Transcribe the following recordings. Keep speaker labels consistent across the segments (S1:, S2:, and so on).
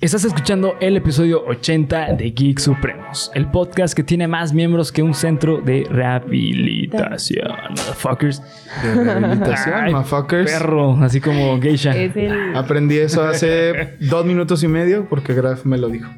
S1: Estás escuchando el episodio 80 de Geek Supremos, el podcast que tiene más miembros que un centro de rehabilitación. Motherfuckers.
S2: De rehabilitación,
S1: Ay,
S2: motherfuckers.
S1: Perro, así como geisha.
S3: Es el.
S2: Aprendí eso hace dos minutos y medio porque Graf me lo dijo.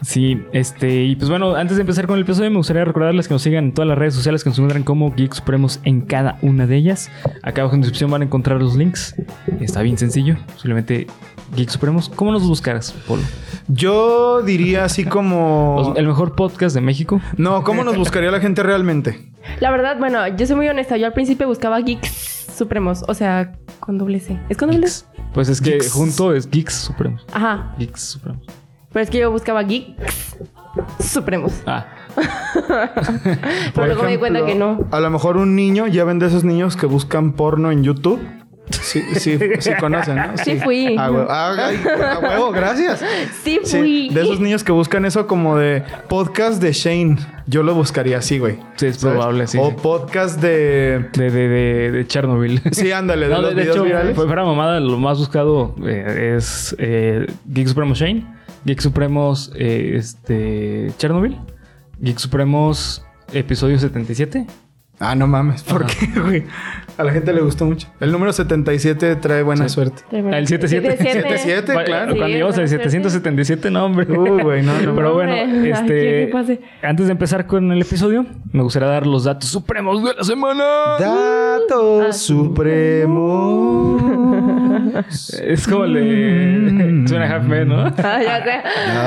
S1: Sí, este, y pues bueno, antes de empezar con el episodio, me gustaría recordarles que nos sigan en todas las redes sociales que nos encuentran como Geek Supremos en cada una de ellas. Acá abajo en la descripción van a encontrar los links. Está bien sencillo, simplemente Geek Supremos. ¿Cómo nos buscarás, Polo?
S2: Yo diría así como...
S1: Los- el mejor podcast de México.
S2: No, ¿cómo nos buscaría la gente realmente?
S3: La verdad, bueno, yo soy muy honesta. Yo al principio buscaba geeks supremos. O sea, con doble C. ¿Es con doble C?
S1: Pues es que
S2: Geeks.
S1: junto es Geeks Supremos.
S3: Ajá.
S1: Geeks Supremos.
S3: Pero es que yo buscaba geeks supremos.
S1: Ah,
S3: Pero luego me di cuenta que no.
S2: A lo mejor un niño, ya ven de esos niños que buscan porno en YouTube. Sí, sí, sí conocen, ¿no?
S3: Sí fui.
S2: A huevo, Ah, ay, a huevo, gracias.
S3: Sí fui.
S2: Sí, de esos niños que buscan eso como de podcast de Shane. Yo lo buscaría así, güey.
S1: sí, es
S2: ¿Sabes? Oh.
S1: probable, sí.
S2: O
S1: sí.
S2: podcast de...
S1: De, de, de, de Chernobyl.
S2: Sí, ándale, de
S1: No,
S2: los
S1: de, de
S2: videos
S1: hecho,
S2: virales.
S1: fue para mamada, lo más buscado eh, es eh, Geek Supremos Shane, Geek Supremos eh, este, Chernobyl, Geek Supremos episodio 77.
S2: Ah, no mames, ¿por
S1: Ajá.
S2: qué, güey? A la gente le gustó mucho. El número 77 trae buena
S1: Sí.
S2: suerte.
S1: El 77.
S2: 77.
S1: Va-
S2: claro.
S1: Cuando
S3: Sí,
S1: llegamos al
S3: buena
S1: 777, no, hombre.
S2: Uy, güey, no, no.
S1: Pero bueno,
S3: Hombre, ay, ¿qué-
S1: este,
S3: qué pase?
S1: antes de empezar con el episodio, me gustaría dar los datos supremos de la semana.
S2: Dato
S3: Ah,
S2: supremo.
S1: Es como el de... Suena Half Men, ¿no? Ah,
S3: Ah, ya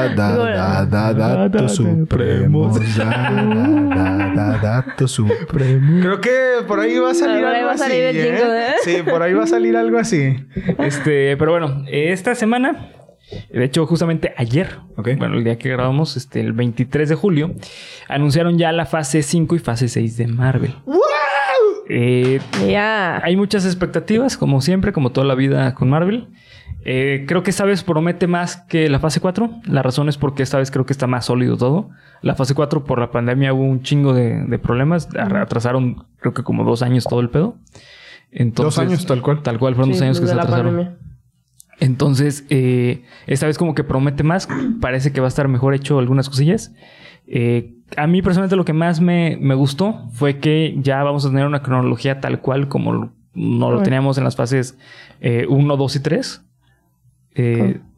S3: sé.
S2: Mm. Da, da, da, da, dato supremo. Da, da, da, dato supremo. Creo que por ahí va a salir
S3: Por ahí
S2: algo
S3: va a salir el
S2: así, ¿eh?
S3: jingle, ¿eh?
S2: Sí, por ahí va a salir algo así.
S1: Este, pero bueno, esta semana, de hecho, justamente ayer,
S2: Ok.
S1: bueno, el día que grabamos, este, el 23 de julio, anunciaron ya la fase 5 y fase 6 de Marvel. Eh,
S3: Ya.
S1: hay muchas expectativas, como siempre, como toda la vida con Marvel. Eh, creo que esta vez promete más que la fase 4. La razón es porque esta vez creo que está más sólido todo. La fase 4 por la pandemia hubo un chingo de, de problemas. Atrasaron creo que como dos años todo el pedo. Entonces,
S2: Dos años, tal cual.
S1: Tal cual, fueron dos
S3: Sí,
S1: años que
S3: desde
S1: se
S3: la
S1: atrasaron.
S3: pandemia.
S1: Entonces, eh, esta vez como que promete más. Parece que va a estar mejor hecho algunas cosillas. Eh, a mí personalmente lo que más me, me gustó fue que ya vamos a tener una cronología tal cual como lo- no lo
S3: Bueno.
S1: teníamos en las fases 1, 2 y 3.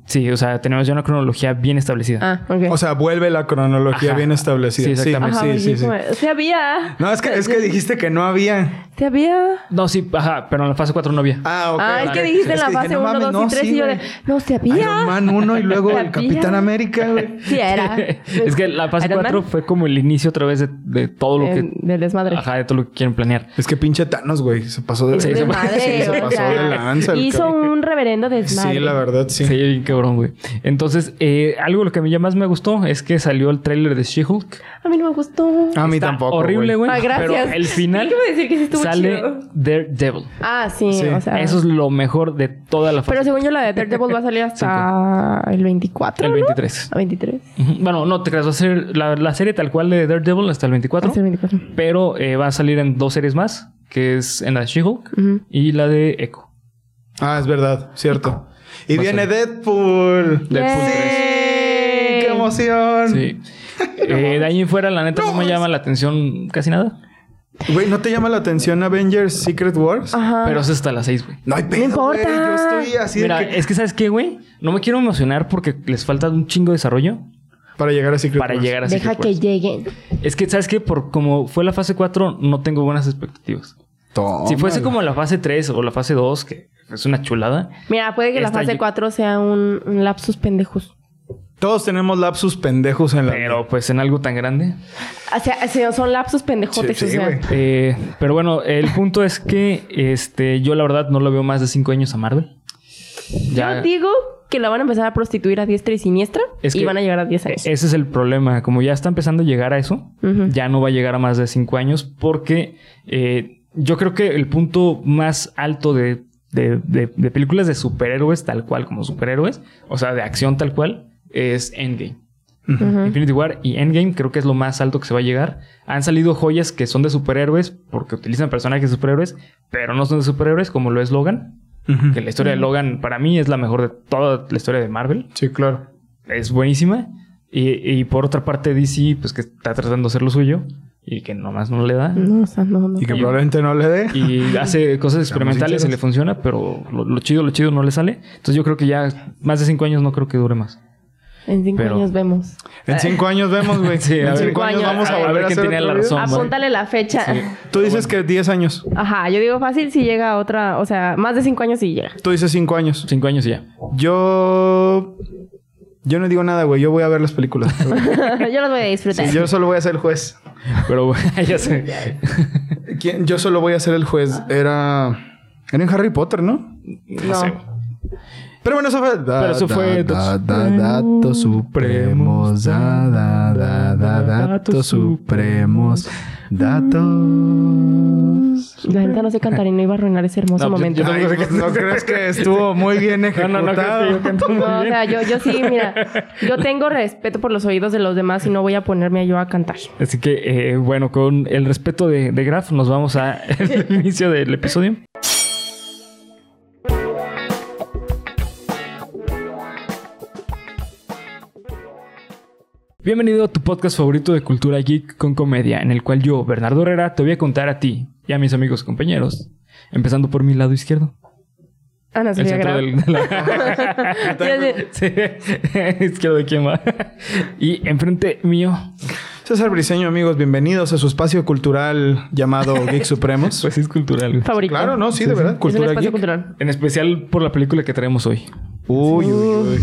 S1: Sí, o sea, tenemos ya una cronología bien establecida.
S3: Ah, ok.
S2: O sea, vuelve la cronología
S1: Ajá.
S2: bien establecida.
S1: Sí, exactamente.
S3: Ajá,
S2: Sí, sí, sí.
S3: bellísimo. Sí había.
S2: No, es que, es que dijiste que no había.
S3: Sí había.
S1: No, sí, ajá, pero en la fase 4 no había.
S2: Ah, ok.
S3: ah, es
S2: ok.
S3: que dijiste en la
S2: dije,
S3: fase
S2: no
S3: 1,
S2: mames,
S3: 2
S2: no,
S3: y 3
S2: sí,
S3: y yo de...
S2: güey.
S3: No, sí
S2: Iron
S3: había.
S2: Man 1 y luego el
S3: Había.
S2: Capitán América, güey.
S3: Sí era.
S1: es que la fase
S3: Iron Man.
S1: 4 fue como el inicio otra vez de, de todo lo
S3: Eh,
S1: que...
S3: Del desmadre.
S1: Ajá, de todo lo que quieren planear.
S2: Es que pinche Thanos, güey. Se pasó de
S3: Sí,
S2: lanza.
S3: de madre,
S2: Sí, se
S3: o
S2: pasó
S3: sea,
S2: de lanza. el
S3: Hizo
S2: cabrón.
S3: un reverendo desmadre.
S2: Sí, la verdad, sí.
S1: Sí, bien cabrón, güey. Entonces, eh, algo lo que a mí ya más me gustó es que salió el tráiler de She-Hulk.
S3: A mí no me gustó.
S2: A mí
S1: Está
S2: tampoco.
S1: Horrible, güey.
S3: Ay, Ah, gracias.
S1: Pero el final
S3: Déjame decir que sí estuvo
S1: sale
S3: chido.
S1: Daredevil.
S3: Ah, sí,
S2: Sí.
S3: o sea.
S1: Eso es lo mejor de toda la fase.
S3: Pero según yo, la de Daredevil va a salir hasta el 24.
S1: el
S3: ¿no?
S1: 23.
S3: ¿A 23?
S1: Ujú. Bueno, no te creas, va a ser la, la serie tal cual de Daredevil hasta el 24.
S3: Hasta el 24.
S1: Pero eh, va a salir en dos series más, que es en la de She-Hulk
S3: Ujú.
S1: y la de Echo.
S2: Ah, es verdad, cierto. Y
S1: Va a
S2: viene
S1: ser.
S2: Deadpool.
S1: Deadpool
S2: Sí,
S1: tres.
S2: ¡Qué emoción!
S1: Sí. Eh, de ahí en fuera, la neta, no me llama la atención casi nada.
S2: Güey, ¿no te llama la atención Avengers Secret Wars?
S3: Ajá.
S1: Pero es hasta las 6, güey.
S2: No hay pedo,
S3: Ah. importa.
S2: güey. Yo estoy así de
S1: Mira,
S2: que-
S1: es que sabes qué, güey, no me quiero emocionar porque les falta un chingo de desarrollo
S2: Para llegar a Secret
S1: para
S2: Wars.
S1: llegar a
S3: Deja
S1: Secret
S3: que
S1: Wars.
S3: lleguen.
S1: Es que sabes qué, por como fue la fase 4, no tengo buenas expectativas.
S2: Tómala.
S1: si fuese como la fase 3 o la fase 2, que es una chulada.
S3: Mira, puede que la
S1: Esta
S3: fase
S1: yo-
S3: 4 sea un, un lapsus pendejos.
S2: Todos tenemos lapsus pendejos en la...
S1: Pero pues en algo tan grande.
S3: O sea, o sea, son lapsus pendejotes.
S2: Sí, sí,
S3: o sea,
S2: güey.
S1: Eh, pero bueno, el punto es que este, yo la verdad no lo veo más de 5 años a Marvel. Ya,
S3: Yo digo que la van a empezar a prostituir a diestra y siniestra
S1: Es
S3: y
S1: que-
S3: van a llegar a 10 años.
S1: ese es el problema. Como ya está empezando a llegar a eso,
S3: Ujú.
S1: eh, ya no va a llegar a más de cinco años porque eh, yo creo que el punto más alto de, de- de- de películas de superhéroes tal cual como superhéroes, o sea, de acción tal cual, es Endgame.
S3: Ujú.
S1: Infinity War y Endgame creo que es lo más alto que se va a llegar. Han salido joyas que son de superhéroes porque utilizan personajes de superhéroes, pero no son de superhéroes como lo es Logan.
S2: Ujú.
S1: Que la historia de Logan para mí es la mejor de toda la historia de Marvel.
S2: Sí, claro.
S1: es buenísima. Y, y por otra parte, DC, pues que está tratando de hacer lo suyo y que nomás no le da.
S3: No, o sea, no, no.
S2: Y que probablemente no le dé.
S1: Y hace cosas experimentales y le
S2: sinceros.
S1: funciona, pero lo, lo chido, lo chido no le sale. Entonces yo creo que ya más de cinco años no creo que dure más.
S3: En cinco
S1: Pero-
S3: años vemos.
S2: En cinco años vemos, güey.
S1: Sí, a
S2: en
S1: ver.
S2: cinco
S3: Cinco
S2: años
S3: años,
S2: vamos a,
S3: a ver
S2: volver a
S1: quién
S2: hacer
S1: tenía
S2: otro
S1: la
S2: video.
S1: razón. Son
S3: Apúntale la fecha.
S2: Tú dices que 10 años.
S3: Ajá, yo digo fácil si llega otra, o sea, más de cinco años y llega.
S2: Tú dices cinco años.
S1: Cinco años y ya.
S2: Yo. Yo no digo nada, güey. Yo voy a ver las películas.
S3: yo los voy a disfrutar.
S2: Sí, yo solo voy a ser el juez.
S1: Pero bueno, ya sé.
S2: ¿Quién? Yo solo voy a ser el juez. Era. Era en Harry Potter, ¿no?
S3: No.
S1: sé.
S2: Pero bueno, eso fue.
S1: Pero eso fue datos
S2: datos
S1: supremos,
S2: Da, da, da, da,
S1: datos
S2: supremos. Datos.
S3: La gente no sé cantar y no iba a arruinar ese hermoso
S1: No, yo-
S3: momento.
S1: yo
S2: Ay, pues, no crees que estuvo muy bien
S1: No, no, no, creo
S2: ejecutado.
S1: que yo canto muy
S3: No, o
S1: bien.
S3: sea, yo, yo sí, mira, yo tengo respeto por los oídos de los demás y no voy a ponerme yo a cantar.
S1: Así que, eh, bueno, con el respeto de, de Graf, nos vamos a el inicio del episodio. Bienvenido a tu podcast favorito de cultura geek con comedia, en el cual yo, Bernardo Herrera, te voy a contar a ti y a mis amigos y compañeros, empezando por mi lado izquierdo.
S3: Ana
S1: El
S3: Sofía
S1: centro
S3: Grau.
S1: del, de la- Sí, izquierdo de quién va. Y enfrente mío,
S2: César Briseño, amigos, bienvenidos a su espacio cultural llamado Geek Supremos.
S1: pues es cultural. güey.
S3: Favorito.
S2: claro, no, sí, de verdad.
S3: Es un
S2: Cultura
S3: espacio
S2: geek.
S3: cultural.
S1: En especial por la película que traemos hoy.
S2: Uy, uy, uy.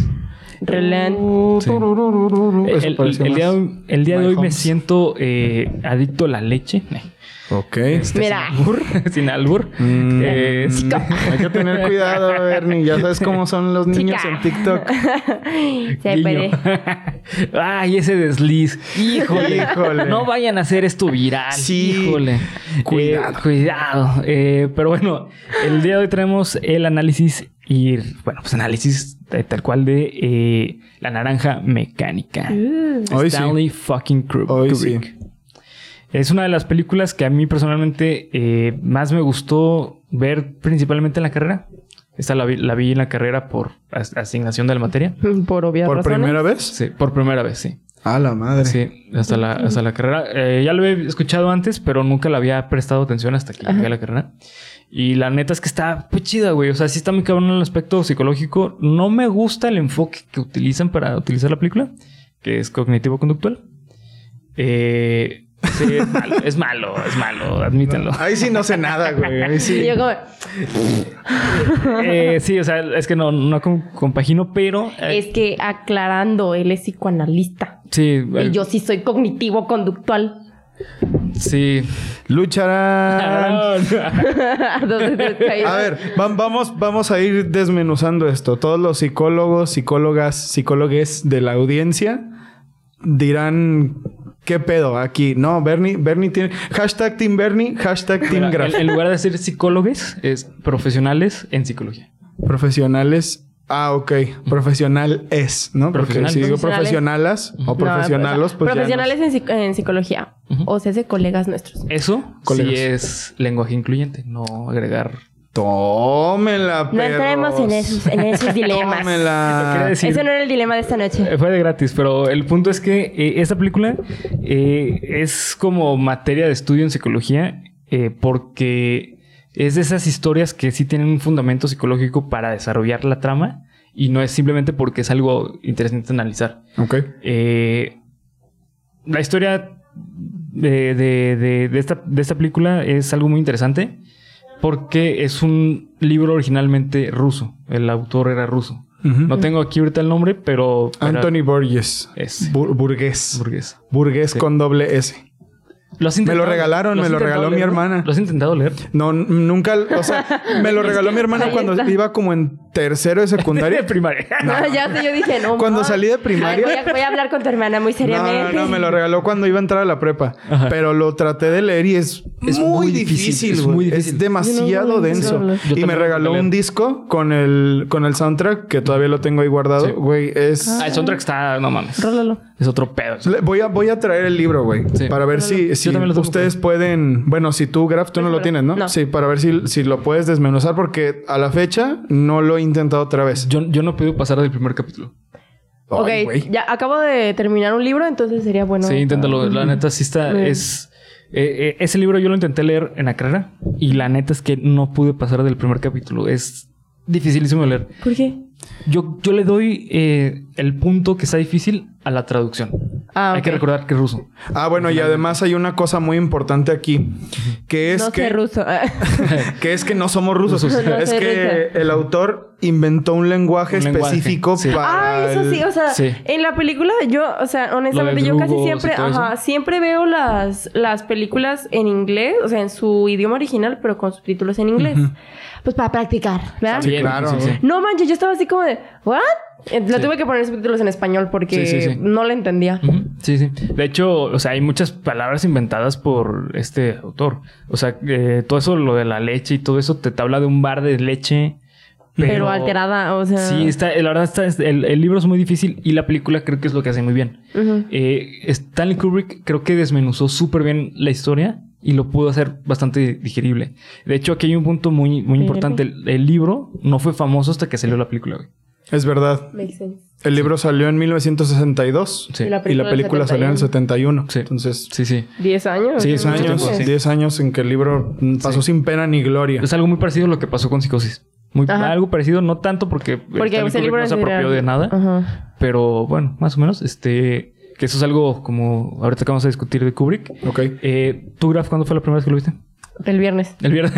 S3: Relent.
S1: Sí.
S2: Eso
S1: El,
S2: pareció
S1: el- el día,
S2: más-
S1: el día de
S2: My
S1: hoy me
S2: Homes.
S1: siento eh, adicto a la leche. Eh,
S2: Ok.
S1: Este,
S3: Mira.
S1: Albur, sin albur.
S2: Mm,
S1: Eh,
S2: mm, hay que tener cuidado, Bernie. Ya sabes cómo son los niños
S3: Chica.
S2: en TikTok.
S3: Se
S1: guiño.
S3: pere.
S1: Ay, ese desliz. Híjole.
S2: Híjole.
S1: No vayan a hacer esto viral.
S2: Sí.
S1: Híjole.
S2: Cuidado.
S1: Eh, cuidado. Eh, pero bueno, el día de hoy traemos el análisis y, bueno, pues análisis de- tal cual de eh, la naranja
S3: Mm.
S1: mecánica.
S2: Hoy
S1: Stanley fucking Kru- Kubrick.
S2: Hoy sí.
S1: Es una de las películas que a mí personalmente eh, más me gustó ver principalmente en la carrera. Esta la vi, la vi en la carrera por as- asignación de la materia.
S3: Por obvias
S2: ¿Por
S3: razones.
S2: primera vez?
S1: Sí, por primera vez, sí.
S2: A la madre.
S1: Sí, hasta la, hasta la carrera. Eh, ya lo he escuchado antes, pero nunca le había prestado atención hasta que llegué a la carrera. Y la neta es que está pues, chida, güey. O sea, sí está muy cabrón en el aspecto psicológico. No me gusta el enfoque que utilizan para utilizar la película, que es cognitivo-conductual. Eh, sí, es malo, es malo, es malo, admítanlo.
S2: Ahí sí no sé nada, güey. Ahí sí.
S3: Y yo como,
S1: Eh, sí, o sea, es que no, no com- compagino, pero... eh,
S3: es que aclarando, él es psicoanalista.
S1: Sí, eh,
S3: Y yo sí soy cognitivo-conductual.
S1: sí.
S3: Ah,
S1: Ah,
S2: Lucharán. A ver, vam- vamos, vamos a ir desmenuzando esto. Todos los psicólogos, psicólogas, psicólogues de la audiencia dirán qué pedo aquí. No, Bernie, Bernie tiene. Hashtag Team Bernie, hashtag Team
S1: Mira,
S2: Graf.
S1: en, en lugar de ser psicólogos, es profesionales en psicología.
S2: Profesionales. Ah, ok. Profesional es, ¿no? Porque
S1: Profesional.
S2: si digo
S3: Profesionales.
S2: profesionalas o profesionalos, pues. ya no.
S3: Profesionales en, psic- en psicología.
S1: Ujú.
S3: O sea, es de colegas nuestros.
S1: Eso
S2: Colegas.
S1: sí es lenguaje incluyente, no agregar.
S2: Tómela,
S3: No
S2: perros.
S3: entremos en esos, en esos dilemas.
S1: Lo quería
S2: Tómela.
S1: decir.
S3: Ese no era el dilema de esta noche.
S1: Eh, Fue de gratis, pero el punto es que eh, esta película eh, es como materia de estudio en psicología eh, porque es de esas historias que sí tienen un fundamento psicológico para desarrollar la trama y no es simplemente porque es algo interesante analizar.
S2: Ok.
S1: Eh, la historia de, de- de- de esta, de esta película es algo muy interesante porque es un libro originalmente ruso. El autor era ruso. No tengo aquí ahorita el nombre, pero... pero-
S2: Anthony Burgess.
S1: Ese.
S2: Bur- burgués.
S1: Burgués.
S2: Burgués con doble S.
S1: ¿Lo has
S2: Me lo
S1: intentado-
S2: regalaron,
S1: has
S2: me lo
S1: intentado
S2: regaló mi
S1: leer?
S2: hermana.
S1: ¿Lo has intentado leer?
S2: No, n- nunca, o sea, me lo regaló mi hermana
S3: Ahí
S2: cuando
S3: está.
S2: iba como en tercero de
S1: De
S2: secundaria.
S1: primaria.
S3: ya sé, yo dije, no.
S2: Cuando
S3: ma.
S2: salí de primaria-
S3: Ay, voy, a, voy a hablar con tu hermana muy
S2: No, no,
S3: seriamente.
S2: no, me lo regaló cuando iba a entrar a la prepa.
S1: Ajá.
S2: Pero lo traté de leer y es,
S1: Es
S2: muy,
S1: muy difícil,
S2: difícil,
S1: es
S2: güey.
S1: muy
S2: Es,
S1: difícil.
S3: Yo no
S2: demasiado
S3: lo
S2: denso.
S3: entiendo.
S1: Yo
S2: Y me
S1: también
S2: regaló
S1: lo leo.
S2: un disco con el, con el soundtrack que todavía lo tengo ahí
S1: Sí.
S2: guardado. Güey, es.
S1: Ah, el soundtrack está... No mames.
S3: Rólalo.
S1: Es otro pedo.
S2: Le- Voy a, voy a traer el libro, güey.
S1: Sí.
S2: Para ver si, si
S1: también lo tengo
S2: ustedes pueden. Bueno, si tú, Graf, tú no lo tienes, ¿no?
S3: Pues No.
S2: Sí, para ver si, si lo puedes desmenuzar, porque a la fecha no lo he intentado otra vez.
S1: Yo, yo no he podido pasar del primer capítulo.
S3: Ok,
S2: Ay, güey.
S3: ya acabo de terminar un libro, entonces sería bueno.
S1: Sí, inténtalo. La neta, sí está.
S3: Mm.
S1: Es, eh, eh, ese libro yo lo intenté leer en la carrera y la neta es que no pude pasar del primer capítulo. Es dificilísimo de leer.
S3: ¿Por qué?
S1: Yo, yo le doy eh, el punto que está difícil a la traducción.
S3: Ah,
S1: Hay que
S3: ok.
S1: recordar que es ruso.
S2: Ah, bueno, y además hay una cosa muy importante aquí, que es
S3: no
S2: que
S3: sé ruso.
S2: que es que no somos rusos,
S1: Rusos.
S3: No
S2: es
S3: soy
S2: que
S3: rusa.
S2: el autor inventó un lenguaje
S1: Un lenguaje,
S2: específico
S1: sí.
S2: para
S3: Ah, eso
S2: el-
S3: sí, o sea,
S1: Sí.
S3: en la película yo, o sea, honestamente
S1: Lo de
S3: yo casi
S1: drugos y
S3: siempre,
S1: todo eso.
S3: ajá, siempre veo las, las películas en inglés, o sea, en su idioma original, pero con subtítulos en inglés. Pues para practicar, ¿verdad?
S2: Sí, claro.
S3: No manches, yo estaba así como de, ¿what? Eh, Lo
S1: Sí.
S3: tuve que poner subtítulos en español porque
S1: Sí, sí, sí.
S3: no la entendía.
S1: Ujú, Sí, sí. De hecho, o sea, hay muchas palabras inventadas por este autor. O sea, eh, todo eso, lo de la leche y todo eso, te, te habla de un bar de leche.
S3: Pero, alterada, o sea.
S1: Sí, está, la verdad, está, es- el, el libro es muy difícil y la película creo que es lo que hace muy bien.
S3: Ujú.
S1: Eh, Stanley Kubrick creo que desmenuzó súper bien la historia y lo pudo hacer bastante digerible. De hecho, aquí hay un punto muy, muy
S3: Fíjate.
S1: importante. El, el libro no fue famoso hasta que salió la película, güey.
S2: Es verdad.
S3: Makes sense.
S2: El libro salió en 1962
S1: Sí.
S3: Y la
S2: y la película salió en el 71.
S1: Sí.
S2: Entonces,
S1: Sí, sí.
S3: 10 años.
S1: Sí, es
S3: ¿no?
S1: mucho
S2: años,
S1: tiempo, sí.
S2: 10 años en que el libro mm, pasó sin pena ni gloria.
S1: Es algo muy parecido a lo que pasó con Psicosis. Muy,
S3: Ajá.
S1: algo parecido, no tanto porque,
S3: Porque
S1: Stanley
S3: ese
S1: Kubrick
S3: libro
S1: no se
S3: es
S1: apropió
S3: real.
S1: de nada.
S3: Ajá.
S1: Pero bueno, más o menos. Este, que eso es algo como ahorita que vamos a discutir de Kubrick.
S2: Ok.
S1: Eh, ¿Tú, Graf, cuándo fue la primera vez que lo viste?
S3: El viernes.
S1: El viernes.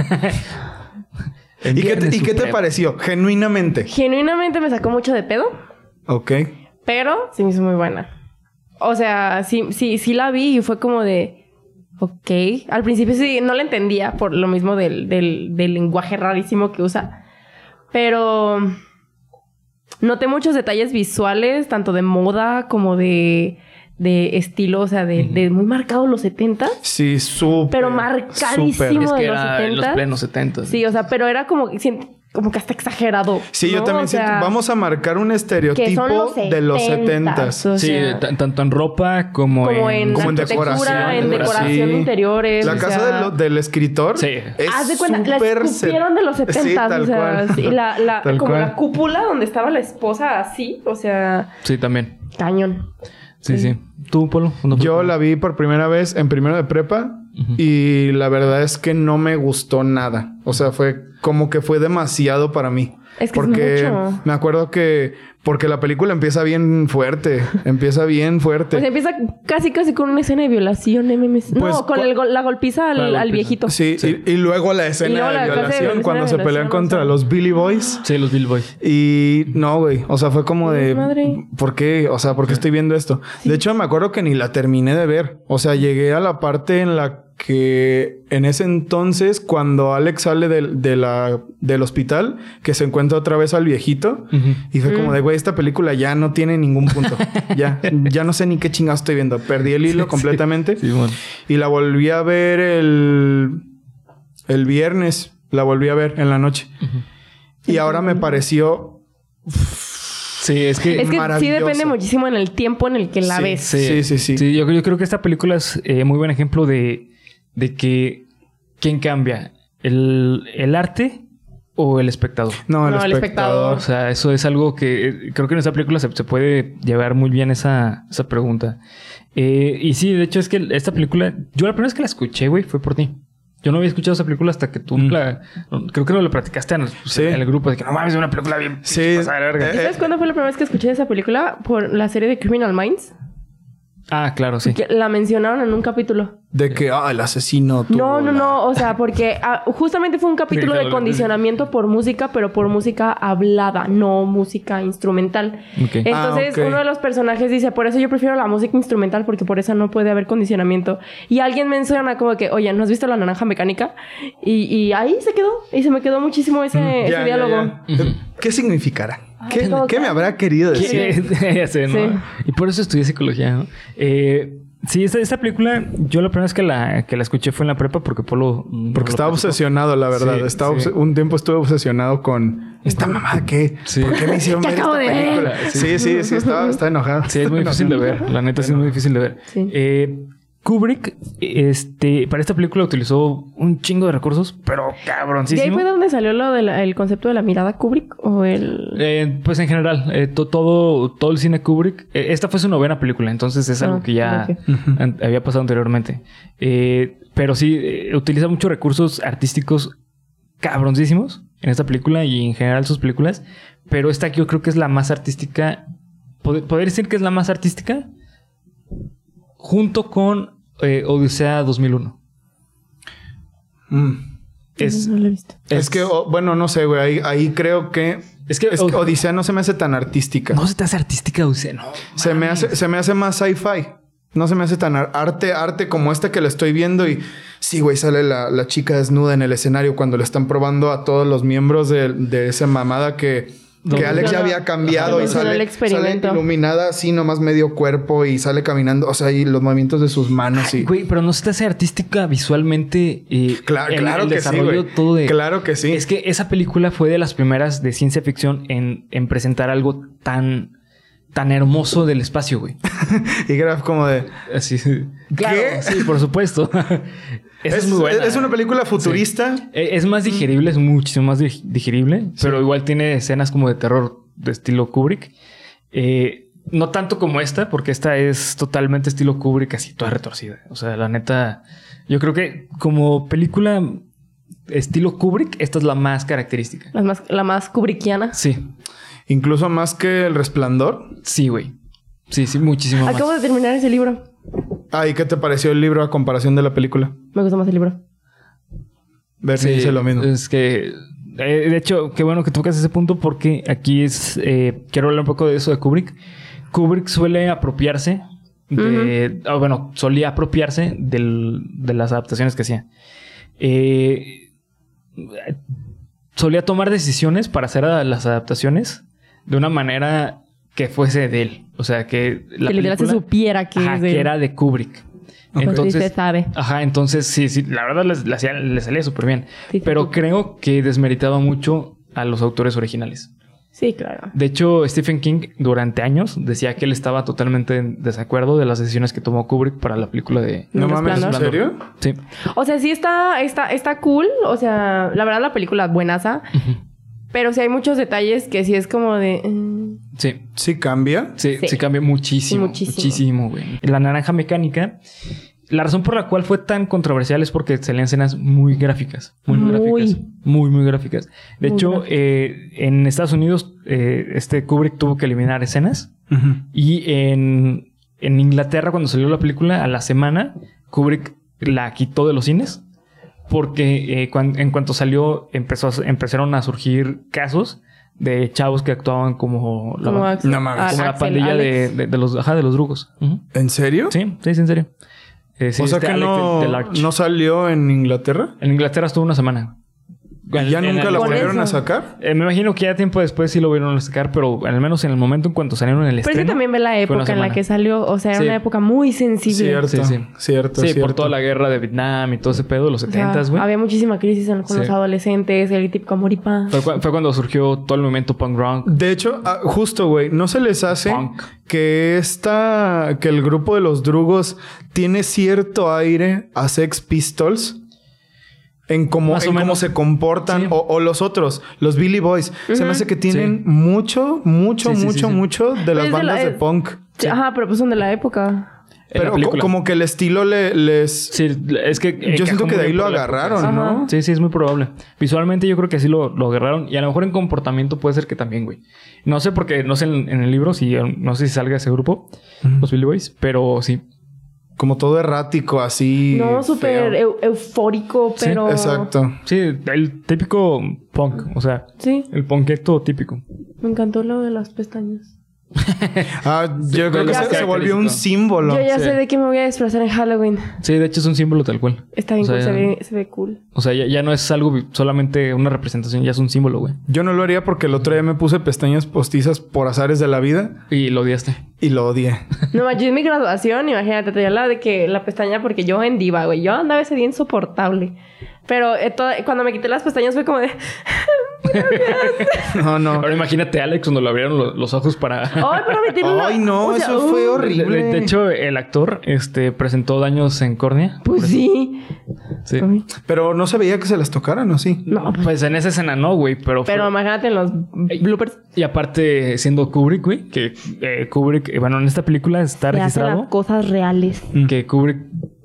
S1: El
S2: ¿Y qué te,
S1: viernes,
S2: y qué te
S1: super.
S2: pareció? Genuinamente.
S3: Genuinamente me sacó mucho de pedo,
S2: Ok.
S3: pero sí me hizo muy buena. O sea, sí, sí, sí la vi y fue como de. Ok. Al principio sí, no la entendía por lo mismo del, del, del lenguaje rarísimo que usa. Pero. Noté muchos detalles visuales, tanto de moda como de, de estilo, o sea, de, de muy marcados los 70
S2: Sí, súper.
S3: Pero marcadísimo.
S2: súper.
S1: Es que
S3: de los
S1: era en los
S3: 70s.
S1: plenos 70.
S3: Sí, o sea, pero era como, sien- como que hasta exagerado.
S2: Sí, yo
S3: ¿no?
S2: también
S3: O sea,
S2: siento. Vamos a marcar un estereotipo
S3: los
S2: de los 70
S3: 70s, o
S1: Sí,
S3: sea,
S1: t- tanto en ropa como,
S3: como en,
S2: como en
S3: arquitectura, en
S2: decoración,
S3: decoración de
S2: sí.
S3: interiores.
S2: La
S3: o
S2: casa
S3: sea,
S2: de lo- del escritor
S1: Sí.
S2: es
S3: Haz de cuenta, la
S2: súper
S3: escupieron de los
S2: set-
S3: 70
S2: Sí, tal
S3: o sea,
S2: cual.
S3: sí, la, la-
S2: Tal
S3: como la
S2: cual.
S3: cúpula donde estaba la esposa así, o sea,
S1: Sí, también.
S3: cañón.
S1: Sí, sí.
S3: Sí.
S1: ¿Tú, Polo? ¿Cuándo fue
S2: Yo
S1: tu-
S2: la vi por primera vez en primero de prepa
S1: Ujú.
S2: y la verdad es que no me gustó nada. O sea, fue como que fue demasiado para mí.
S3: Es que es
S2: porque
S3: mucho.
S2: me acuerdo que porque la película empieza bien fuerte, empieza bien fuerte.
S3: O sea, empieza casi casi con una escena de violación, MMS.
S2: Pues,
S3: no, con
S2: cua-
S3: el go- la golpiza al,
S1: La golpiza.
S3: al viejito.
S2: sí, Y, y luego la escena
S3: Y luego la
S2: de
S3: clase de
S2: violación
S3: escena
S2: cuando
S3: de
S2: se pelean
S3: violación,
S2: contra
S3: o sea.
S2: los Billy Boys.
S1: Sí, los Bill Boys.
S2: Y no, güey. O sea, fue como de.
S3: Desmadre.
S2: ¿Por qué? O sea, ¿por qué estoy viendo esto? De hecho, me acuerdo que ni la terminé de ver. O sea, llegué a la parte en la que en ese entonces, cuando Alex sale del, de la, del hospital, que se encuentra otra vez al viejito.
S1: Ujú.
S2: Y fue
S1: Mm.
S2: como de, güey, esta película ya no tiene ningún punto. ya, ya no sé ni qué chingados estoy viendo. Perdí el hilo
S1: Sí,
S2: completamente.
S1: Sí, bueno.
S2: Y la volví a ver el, el viernes. La volví a ver en la noche. Y ahora me pareció
S1: Sí, es que...
S3: Es que sí
S2: maravilloso.
S3: depende muchísimo en el tiempo en el que la
S2: Sí,
S3: ves.
S2: Sí, sí, sí.
S1: yo, yo creo que esta película es eh, muy buen ejemplo de, de que... ¿Quién cambia? ¿El, el arte o el espectador?
S2: No, el,
S3: No, el
S2: espectador.
S1: O sea, eso es algo que eh, creo que en esta película se, se puede llevar muy bien esa, esa pregunta. Eh, y sí, de hecho es que esta película, yo la primera vez que la escuché, güey, fue por ti. Yo no había escuchado esa película hasta que tú la... Creo que no la platicaste en el,
S2: Mm.
S1: pues,
S2: Sí.
S1: en el grupo. De que no mames, es una película bien...
S2: Sí.
S1: pinche pasada de verga".
S2: Eh,
S3: ¿Y sabes cuándo fue la primera vez que escuché esa película? Por la serie de Criminal Minds.
S1: Ah, claro, sí.
S3: Que la mencionaron en un capítulo.
S2: De que, ah, el asesino. tuvo
S3: No, no,
S2: la-
S3: no. O sea, porque ah, justamente fue un capítulo de condicionamiento por música, pero por música hablada, no música instrumental.
S1: Ok.
S3: Entonces,
S2: Ah, ok.
S3: uno de los personajes dice, por eso yo prefiero la música instrumental, porque por esa no puede haber condicionamiento. Y alguien menciona como que, oye, ¿no has visto la naranja mecánica? Y, y ahí se quedó. Y se me quedó muchísimo ese,
S2: Ya,
S3: ese
S2: Mm, ya,
S3: diálogo. Ah,
S2: ya. ¿Qué significará?
S3: Ay,
S2: ¿Qué,
S3: como
S2: qué
S3: que-
S2: me habrá querido
S1: ¿Qué?
S2: decir?
S1: Ya sé, ¿no?
S3: Sí.
S1: Y por eso estudié psicología, ¿no? Eh, sí, esta, esta película, yo la primera vez que la, que la escuché fue en la prepa porque Polo... mm,
S2: Porque
S1: lo
S2: estaba
S1: platicó.
S2: obsesionado, la verdad.
S1: Sí,
S2: estaba
S1: sí.
S2: obse- Un tiempo estuve obsesionado con esta mamada que.
S1: Sí.
S2: ¿Por qué me hicieron
S3: ¿Qué
S2: ver
S3: acabo
S2: esta
S3: de ver?
S2: película? Sí, sí, sí, estaba, estaba enojado.
S1: Sí, es muy difícil de ver. La neta, sí es muy difícil de ver.
S3: Sí.
S1: Eh, Kubrick, este, para esta película utilizó un chingo de recursos, pero cabroncísimo.
S3: ¿De ahí fue donde salió lo del el concepto de la mirada Kubrick o el...?
S1: Eh, pues en general, eh, to- todo, todo el cine Kubrick. eh, esta fue su novena película, entonces es algo
S3: Ah,
S1: que ya
S3: ok.
S1: an- había pasado anteriormente. Eh, pero sí, eh, utiliza muchos recursos artísticos cabroncísimos en esta película y en general sus películas. Pero esta yo creo que es la más artística. pod- Poder decir que es la más artística junto con eh, Odisea 2001.
S2: Mm.
S1: Es,
S3: No lo he visto.
S2: Es que, o- bueno, no sé, güey. Ahí, ahí creo que.
S1: Es que- oh,
S2: es que Odisea no se me hace tan artística.
S1: No se te hace artística, Odisea, no.
S2: se, me hace, se me hace más sci-fi. No se me hace tan ar- arte, arte como esta que la estoy viendo. Y sí, güey, sale la, la chica desnuda en el escenario cuando le están probando a todos los miembros de, de esa mamada que,
S1: No,
S2: que Alex ya
S3: no, no.
S2: había cambiado
S3: Ajá.
S2: y
S3: Mencionó el
S2: sale, sale
S3: experimento.
S2: iluminada así, nomás medio cuerpo y sale caminando. O sea, y los movimientos de sus manos. Y,
S1: Güey, pero no se te hace artística visualmente. Y
S2: claro, claro que sí.
S1: desarrollo
S2: güey.
S1: todo de.
S2: Claro que sí.
S1: Es que esa película fue de las primeras de ciencia ficción en, en presentar algo tan, tan hermoso del espacio, güey.
S2: Y Graf, como de.
S1: Así. Claro,
S2: ¿Qué?
S1: sí, por supuesto. Esa
S2: Es,
S1: es, muy buena.
S2: es una película futurista.
S1: Eh, Es más digerible, es muchísimo más dig- digerible, pero igual tiene escenas como de terror de estilo Kubrick. Eh, no tanto como esta, porque esta es totalmente estilo Kubrick, así toda retorcida. O sea, la neta, yo creo que como película estilo Kubrick, esta es la más característica.
S3: La más, la más Kubrickiana.
S1: Sí,
S2: Incluso más que El Resplandor.
S1: sí, güey. Sí, sí, muchísimo más.
S3: Acabo de terminar ese libro.
S2: Ah, ¿y qué te pareció el libro a comparación de la película?
S3: Me gusta más el libro.
S2: Bernie
S1: Sí,
S2: dice lo mismo.
S1: Es que, eh, de hecho, qué bueno que tocas ese punto porque aquí es, eh, quiero hablar un poco de eso de Kubrick. Kubrick suele apropiarse de, ah, bueno, solía apropiarse del- de las adaptaciones que hacía. Eh, solía tomar decisiones para hacer a- las adaptaciones de una manera que fuese de él. O sea, que la
S3: que literal se
S1: película-
S3: supiera que
S1: ajá,
S3: es de...
S1: que era de Kubrick.
S3: Pues
S1: Entonces,
S3: usted sabe.
S1: Ajá, entonces sí, sí, la verdad les- le hacía- le salía súper bien.
S3: Sí, sí,
S1: Pero
S3: sí.
S1: creo que desmeritaba mucho a los autores originales.
S3: Sí, claro.
S1: De hecho, Stephen King durante años decía que él estaba totalmente en desacuerdo de las decisiones que tomó Kubrick para la película de...
S2: No
S3: El
S2: mames, ¿en
S3: Resplandor.
S2: serio?
S1: Sí.
S3: O sea, sí está, está, está cool. O sea, la verdad la película es buenaza. Pero sí hay muchos detalles que sí es como de... mm,
S1: Sí.
S2: Sí cambia.
S1: Sí,
S3: Sí.
S1: se cambia muchísimo.
S3: Muchísimo.
S1: Muchísimo. güey. La naranja mecánica. La razón por la cual fue tan controversial es porque salían escenas muy gráficas. Muy, muy
S3: Muy.
S1: gráficas. Muy, muy gráficas. De
S3: Muy
S1: hecho,
S3: gráficas.
S1: eh, en Estados Unidos, eh, este Kubrick tuvo que eliminar escenas. Y en, en Inglaterra, cuando salió la película, a la semana, Kubrick la quitó de los cines. Porque eh, cuan- en cuanto salió, empezó a- empezaron a surgir casos de chavos que actuaban como la,
S3: como Axel-
S2: no mames.
S3: a-
S1: como la
S3: Axel,
S1: pandilla de,
S3: Alex.
S1: de, de los, ajá, de los drugos. Ujú.
S2: ¿En serio?
S1: Sí, sí, sí, en serio. Eh, sí,
S2: o sea
S1: este
S2: que
S1: Alex
S2: no,
S1: del- del Arch.
S2: no salió en Inglaterra.
S1: En Inglaterra estuvo una semana. En-
S2: ¿Y ya
S1: en
S2: nunca
S1: el
S2: la
S1: estreno.
S3: Con
S2: volvieron a
S3: eso.
S2: sacar?
S1: Eh, me imagino que ya tiempo después sí lo vieron a sacar, pero al menos en el momento en cuanto salieron en el
S3: Pero es que
S1: estreno.
S3: también ve la
S1: fue una
S3: época en la
S1: semana.
S3: que salió. O sea, era
S1: Sí.
S3: una época muy sensible.
S2: Cierto,
S1: Sí, sí.
S2: cierto,
S1: Sí, por
S2: cierto.
S1: toda la guerra de Vietnam y todo ese pedo, los
S3: O sea,
S1: 70s, güey.
S3: había muchísima crisis en- con
S1: Sí.
S3: los adolescentes, el típico amor y paz.
S1: Fue, cu- fue cuando surgió todo el movimiento punk rock.
S2: De hecho, ah, justo, güey, ¿no se les hace
S1: Punk.
S2: que esta, que el grupo de los drugos tiene cierto aire a Sex Pistols? En cómo,
S1: Más o
S2: en cómo
S1: menos.
S2: se comportan,
S1: Sí.
S2: o, o los otros, los Billy Boys. Se me hace que tienen
S1: Sí.
S2: mucho, mucho,
S1: Sí, sí, sí,
S2: mucho,
S1: sí. Pues
S2: mucho de las
S3: es de
S2: bandas
S3: la-
S1: e-
S2: de punk.
S3: Ajá, pero pues son de la época.
S1: en la
S2: Pero co-
S1: película.
S2: como que el estilo le- les...
S1: Sí, es que. eh,
S2: Yo
S1: encajó
S2: siento que
S1: muy
S2: de ahí
S1: bien
S2: lo
S1: por la
S2: agarraron,
S1: época.
S2: ¿no?
S3: Ajá.
S1: Sí, sí, es muy probable. Visualmente yo creo que sí lo, lo agarraron. Y a lo mejor en comportamiento puede ser que también, güey. No sé porque, no sé en, en el libro, si no sé si salga ese grupo, los Billy Boys, pero sí.
S2: Como todo errático, así...
S3: no, súper eh,
S2: feo.
S3: eu- eufórico,
S1: Sí,
S3: pero.
S2: Exacto.
S1: Sí, el típico punk, o sea,
S3: Sí,
S1: el punketo típico.
S3: me encantó lo de las pestañas.
S2: Ah, yo creo
S1: pero
S2: que
S1: ya
S2: se,
S1: sé.
S2: se volvió un símbolo.
S3: Yo ya
S1: sí.
S3: sé de qué me voy a disfrazar en Halloween.
S1: Sí, de hecho es un símbolo tal cual.
S3: Está bien
S1: O sea,
S3: cool, se ve, se ve cool.
S1: O sea, ya, ya no es algo vi- solamente una representación, ya es un símbolo, güey.
S2: Yo no lo haría porque el otro día me puse pestañas postizas por azares de la vida
S1: Y lo odiaste.
S2: y lo odié.
S3: No, yo en mi graduación, imagínate, tenía la de que la pestaña, porque yo en diva, güey. Yo andaba ese día insoportable. Pero eh, toda- cuando me quité las pestañas fue como de.
S1: no, no. Ahora imagínate a Alex cuando le abrieron los, los ojos para.
S3: Ay, pero me tiene una...
S2: Ay, no,
S3: o sea,
S2: eso fue
S3: uh,
S1: De,
S2: Oh, horrible.
S1: de hecho, el actor este, presentó daños en córnea.
S3: Pues sí.
S1: Sí.
S3: Ay.
S2: Pero no se veía que se las tocaran así.
S3: No, pues.
S1: Pues en esa escena no, güey, pero. fue-
S3: Pero imagínate en los bloopers.
S1: Y aparte, siendo Kubrick, güey, que eh, Kubrick, eh, bueno, en esta película está
S4: Le hacen las
S1: registrado Mm.
S4: cosas reales.
S2: Mm.
S1: que Kubrick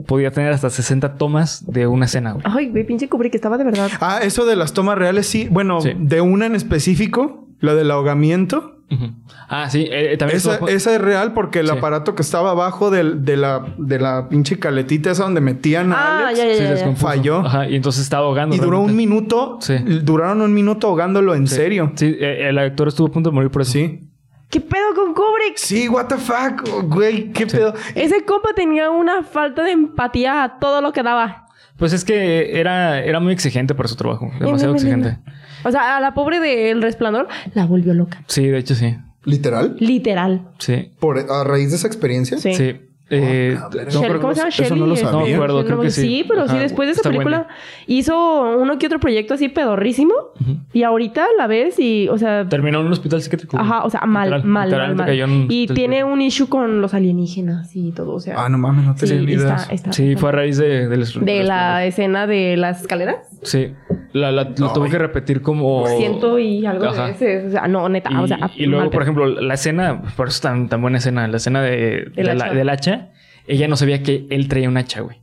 S1: podía tener hasta 60 tomas de una escena, güey.
S3: Ay, güey, pinche Kubrick estaba de verdad.
S2: Ah, eso de las tomas reales, sí. Bueno,
S1: Sí.
S2: de una en específico, la del ahogamiento.
S1: Ujú. Ah, sí, eh, eh, también.
S2: Esa,
S1: estuvo-
S2: esa es real porque el
S1: Sí.
S2: aparato que estaba abajo del- de, la, de la pinche caletita esa donde metían a
S4: Ah,
S2: Alex
S4: ya,
S1: sí,
S4: ya, ya, ya.
S1: descompuso.
S2: Falló.
S1: Ajá, y entonces estaba ahogando.
S2: y duró
S1: realmente.
S2: un minuto.
S1: Sí.
S2: Duraron un minuto ahogándolo en
S1: Sí.
S2: serio.
S1: Sí, eh, el actor estuvo a punto de morir por eso.
S2: Sí.
S3: ¿Qué pedo con Kubrick?
S2: Sí, what the fuck, oh, güey, qué pedo.
S3: Ese compa tenía una falta de empatía a todo lo que daba.
S1: Pues es que era, era muy exigente para su trabajo. Demasiado
S3: Mira, mira,
S1: exigente.
S3: mira. O sea, a la pobre del resplandor
S4: La volvió loca.
S1: Sí, de hecho, sí.
S2: ¿Literal?
S4: Literal.
S1: Sí.
S2: Por, ¿A raíz de esa experiencia?
S3: Sí.
S1: Sí. Eh,
S2: Oh, cabrón.
S1: no, pero-
S3: ¿Cómo se llama?
S2: eso
S3: Shelley,
S2: no lo
S3: este,
S2: sabía. No me
S1: acuerdo, creo que sí.
S3: pero sí,
S1: Ajá,
S3: después de esa
S1: está
S3: película hizo uno que otro proyecto así pedorrísimo.
S1: Ujú.
S3: Y ahorita la ves y, o sea,
S1: Terminó en un hospital psiquiátrico.
S3: ajá, o sea, mal,
S1: Literal,
S3: mal, mal,
S1: literalmente
S3: mal.
S1: cayó en un
S3: Y
S1: hospital
S3: tiene
S1: psiquiátrico.
S3: un issue con los alienígenas y todo, o sea.
S2: Ah, no mames, no
S3: sí,
S2: tenía ni idea.
S3: está, está-
S1: Sí, fue a raíz de... del-
S3: De la escena de las escaleras.
S1: Sí. La, la- lo
S2: Ay.
S1: tuvo que repetir como...
S3: Ciento y algo
S1: Oh. Ajá.
S3: de veces. O sea, no, neta,
S1: Y,
S3: o sea.
S1: y luego,
S3: mal
S1: por
S3: pedo.
S1: ejemplo, la escena... Por eso es tan, tan buena escena. La escena de,
S3: Del
S1: de la-
S3: hacha.
S1: del hacha. Ella no sabía que él traía un hacha, güey.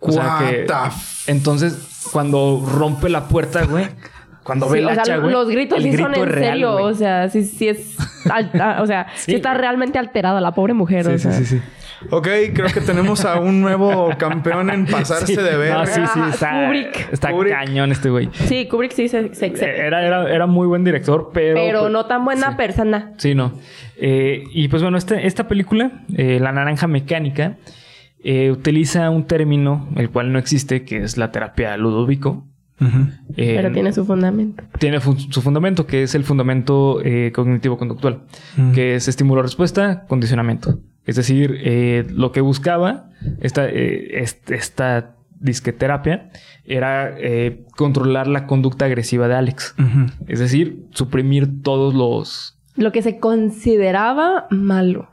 S1: O sea
S2: What
S1: que...
S2: the f-
S1: Entonces, cuando rompe la puerta, güey... Cuando ve
S3: Sí,
S1: el
S3: o sea,
S1: hacha, güey...
S3: los gritos
S1: el
S3: sí son
S1: grito
S3: en
S1: es real,
S3: serio.
S1: güey.
S3: o sea, sí, sí es. alta- o sea, sí,
S1: Sí,
S3: está
S1: güey.
S3: realmente alterada la pobre mujer. o
S1: Sí, sí,
S3: sea.
S1: sí, sí.
S2: Ok, creo que tenemos a un nuevo campeón en pasarse
S1: Sí.
S2: de ver.
S1: No, sí, sí.
S3: Ah,
S1: Está,
S3: Kubrick.
S1: está
S2: Kubrick.
S1: cañón este güey.
S3: Sí, Kubrick sí se, se excede,
S1: Era, era, era muy buen director, pero...
S3: Pero no tan buena
S1: pues, sí.
S3: persona.
S1: Sí, no. Eh, y pues bueno, este- esta película, eh, La Naranja Mecánica, eh, utiliza un término, el cual no existe, que es la terapia Ludovico. Eh,
S3: Pero tiene su fundamento.
S1: tiene fun- su fundamento, que es el fundamento eh, cognitivo-conductual,
S2: Ujú.
S1: que es estímulo-respuesta, condicionamiento. Es decir, eh, lo que buscaba esta, eh, est- esta disqueterapia era eh, controlar la conducta agresiva de Alex.
S2: Ujú.
S1: Es decir, suprimir todos los...
S3: Lo que se consideraba malo.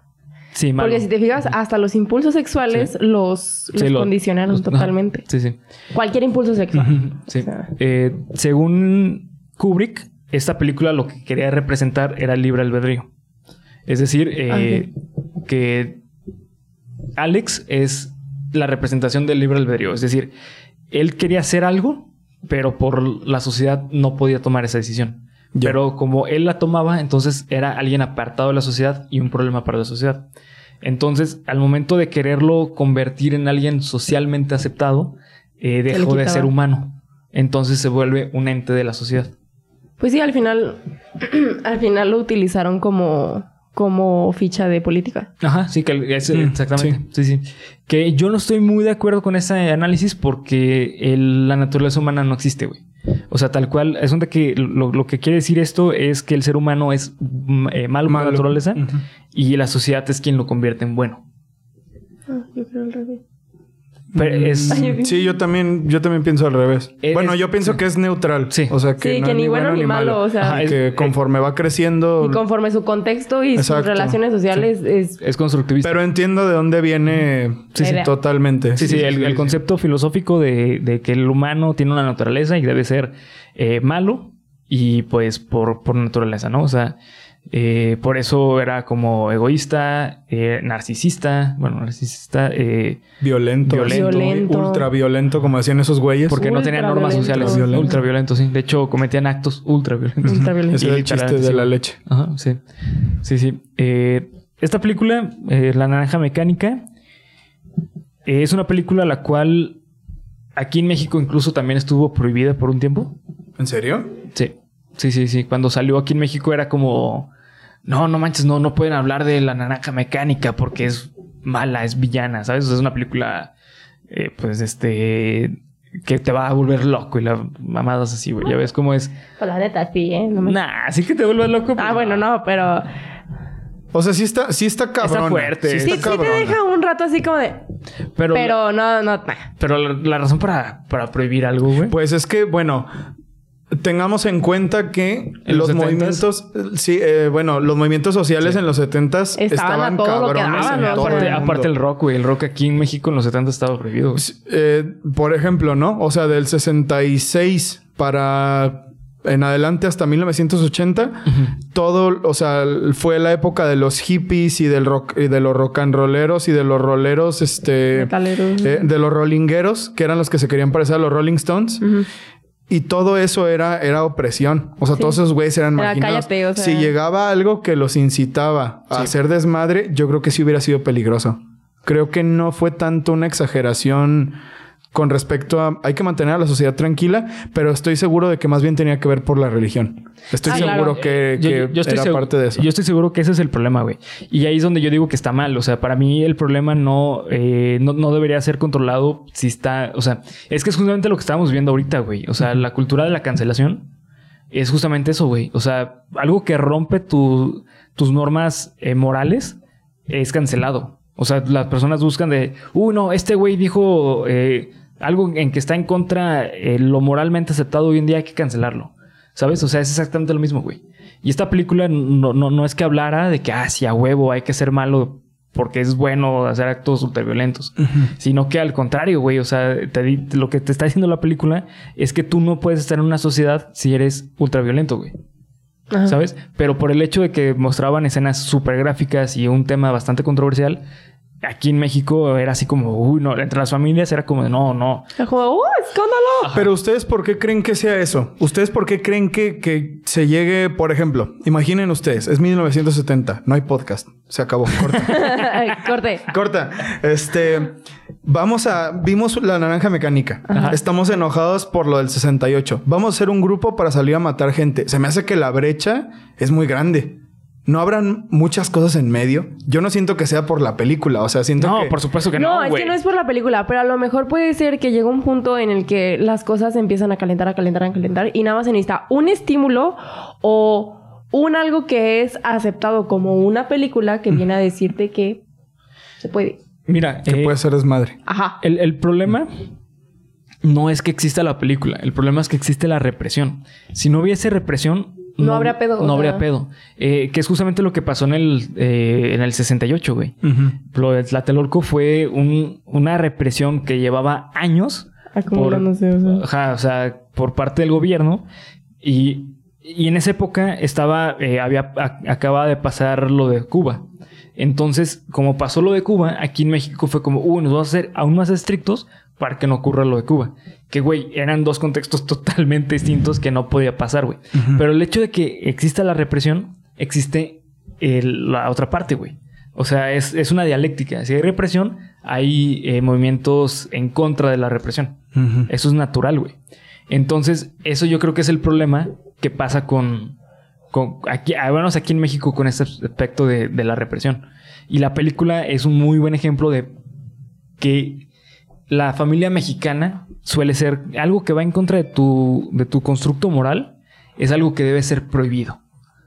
S1: Sí, malo.
S3: Porque si te fijas, hasta los impulsos sexuales los,
S1: Sí,
S3: los
S1: lo-
S3: condicionaron
S1: los- ajá.
S3: totalmente.
S1: Sí, sí.
S3: Cualquier impulso sexual.
S1: Sí.
S3: O sea.
S1: Eh, según Kubrick, esta película lo que quería representar era el libre albedrío. Es decir, eh, que Alex es la representación del libre albedrío. Es decir, él quería hacer algo, pero por la sociedad no podía tomar esa decisión.
S2: Ya.
S1: Pero como él la tomaba, entonces era alguien apartado de la sociedad y un problema para la sociedad. Entonces, al momento de quererlo convertir en alguien socialmente aceptado, eh,
S3: le
S1: dejó de
S3: quitaba.
S1: ser humano. Entonces se vuelve un ente de la sociedad.
S3: Pues sí, al final, al final lo utilizaron como, como ficha de política.
S1: Ajá, sí, que es-
S2: Mm,
S1: exactamente. Sí. sí, Que yo no estoy muy de acuerdo con ese análisis porque el- la naturaleza humana no existe, güey. O sea, tal cual, es donde que lo, lo que quiere decir esto es que el ser humano es mm, eh, malo, por
S2: Malo. Mm.
S1: naturaleza
S2: Ujú.
S1: y la sociedad es quien lo convierte en bueno.
S3: Ah, yo creo al revés.
S1: Pero es,
S3: Ay, yo-
S2: Sí, yo también, yo también pienso al revés.
S1: Eh,
S2: bueno,
S1: es-
S2: yo pienso que es neutral.
S1: Sí.
S2: O sea, que
S3: sí,
S2: no
S3: que
S2: es
S3: ni bueno ni malo. O sea,
S1: Ajá, es- eh,
S2: que conforme va creciendo.
S3: y conforme su contexto y sus
S2: Exacto.
S3: relaciones sociales es...
S1: es constructivista.
S2: Pero entiendo de dónde viene
S3: Sí, sí.
S2: totalmente.
S1: Sí, sí, el, el
S2: sí.
S1: concepto filosófico de, de que el humano tiene una naturaleza y debe ser eh, malo y pues por, por naturaleza, ¿no? O sea, eh, por eso era como egoísta, eh, narcisista, bueno, narcisista, eh,
S2: Violento.
S1: Violento.
S3: Violento.
S2: Ultra violento, como hacían esos güeyes.
S1: porque no tenía normas
S3: Ultraviolentos.
S1: sociales,
S2: Pues Ultraviolento.
S1: ultra violento, sí. De hecho, cometían actos ultra violentos.
S3: Ujú. ultraviolentos.
S2: Ese era
S1: Y
S2: el chiste
S1: literalmente,
S2: de
S1: sí.
S2: la leche.
S1: Ajá, sí. Sí, sí. Eh, esta película, eh, La Naranja Mecánica, eh, es una película la cual aquí en México incluso también estuvo prohibida por un tiempo.
S2: ¿En serio?
S1: Sí. Sí, sí, sí. Cuando salió aquí en México era como. No, no manches, no, no pueden hablar de la naranja mecánica porque es mala, es villana, ¿sabes? O sea, es una película, eh, pues, este, que te va a volver loco y la mamadas así, güey. Ya ves cómo es.
S4: Pues la neta, sí, ¿eh? No me-
S1: Nah, así que te vuelves loco. pues,
S3: Ah, bueno, no, pero...
S2: O sea, sí está, sí está cabrón.
S1: fuerte.
S2: Sí,
S1: Sí,
S2: está
S3: Sí, sí te
S2: cabrona.
S3: deja un rato así como de...
S1: Pero, pero,
S3: Pero no, no, nah.
S1: la, la razón para, para prohibir algo, güey.
S2: Pues es que, bueno, tengamos en cuenta que
S1: En los
S2: los,
S1: 70s.
S2: movimientos, sí, eh, bueno, los movimientos sociales en los 70s
S3: Estaban
S2: estaban,
S3: a todo lo que
S2: cabrones
S3: daban,
S2: en
S3: ¿no?
S2: todo
S1: Aparte,
S2: el mundo.
S1: aparte el rock, güey. El rock aquí en México en los 70 estaba prohibido. güey.
S2: Eh, por ejemplo, ¿no? O sea, del 66 para en adelante hasta 1980, todo, o sea, fue la época de los hippies y del rock y de los rock and rolleros y de los roleros, este,
S3: Metaleros.
S2: eh, de los rollingueros, que eran los que se querían parecer a los Rolling Stones.
S3: Ujú.
S2: Y todo eso era, era opresión. O sea,
S3: Sí.
S2: todos esos güeyes eran
S3: Era,
S2: marginados.
S3: cállate, o sea.
S2: Si llegaba algo que los incitaba a hacer desmadre, yo creo que sí hubiera sido peligroso. Creo que no fue tanto una exageración con respecto a hay que mantener a la sociedad tranquila, pero estoy seguro de que más bien tenía que ver por la religión. Estoy
S3: Ah,
S2: seguro
S3: claro.
S2: que,
S1: Eh, Yo-
S2: que
S1: yo- yo estoy
S2: era
S1: segu-
S2: parte de eso.
S1: Yo estoy seguro que ese es el problema, güey. Y ahí es donde yo digo que está mal. O sea, para mí el problema no, eh, no, no debería ser controlado si está. O sea, es que es justamente lo que estábamos viendo ahorita, güey. O sea, la cultura de la cancelación es justamente eso, güey. O sea, algo que rompe tu- tus normas eh, morales es cancelado. O sea, las personas buscan de, uh, no, este güey dijo eh, algo en que está en contra eh, lo moralmente aceptado hoy en día, hay que cancelarlo. ¿Sabes? O sea, es exactamente lo mismo, güey. Y esta película no, no, no es que hablara de que, ah, sí, a huevo, hay que ser malo porque es bueno hacer actos ultraviolentos. Sino que al contrario, güey. O sea, te di- lo que te está diciendo la película es que tú no puedes estar en una sociedad si eres ultraviolento, güey.
S3: Ajá.
S1: ¿Sabes? Pero por el hecho de que mostraban escenas súper gráficas y un tema bastante controversial, aquí en México era así como, uy, no, entre las familias era como, de, no, no.
S3: Era como, ¡uh, escándalo!
S2: Pero ustedes, ¿por qué creen que sea eso? ¿Ustedes por qué creen que, que se llegue, por ejemplo, imaginen ustedes, es 1970, no hay podcast, se acabó, corta.
S3: Corte.
S2: corta. Este, vamos a, vimos la naranja mecánica,
S1: Ajá.
S2: estamos enojados por lo del 68, vamos a hacer un grupo para salir a matar gente, se me hace que la brecha es muy grande. No habrán muchas cosas en medio. Yo no siento que sea por la película. O sea, siento
S1: No,
S2: que...
S1: por supuesto que
S3: No,
S1: no,
S3: es
S1: güey.
S3: que no es por la película, pero a lo mejor puede ser que llega un punto en el que las cosas empiezan a calentar, a calentar, a calentar y nada más se necesita un estímulo o un algo que es aceptado como una película que viene a decirte que se puede.
S1: Mira,
S2: Que
S1: eh,
S2: puede ser desmadre.
S3: Ajá.
S1: El, el problema no es que exista la película, el problema es que existe la represión. Si no hubiese represión,
S3: No habría pedo, o
S1: No habría
S3: sea.
S1: pedo. Eh, que es justamente lo que pasó en el, eh, en el 68, güey. Lo de Tlatelolco fue un- una represión que llevaba años.
S3: Ah, Acumulándose, o sea.
S1: Ajá, o sea, por parte del gobierno. Y, y en esa época estaba, eh, había, a- acababa de pasar lo de Cuba. Entonces, como pasó lo de Cuba, aquí en México fue como, uh, nos vamos a hacer aún más estrictos para que no ocurra lo de Cuba. Que, güey, eran dos contextos totalmente distintos que no podía pasar, güey. Pero el hecho de que exista la represión, existe el- la otra parte, güey. O sea, es, es una dialéctica. Si hay represión, hay eh, movimientos en contra de la represión. Eso es natural, güey. Entonces, eso yo creo que es el problema que pasa con. con aquí, al menos aquí en México, con este aspecto de, de la represión. Y la película es un muy buen ejemplo de que la familia mexicana suele ser algo que va en contra de tu, de tu constructo moral, es algo que debe ser prohibido.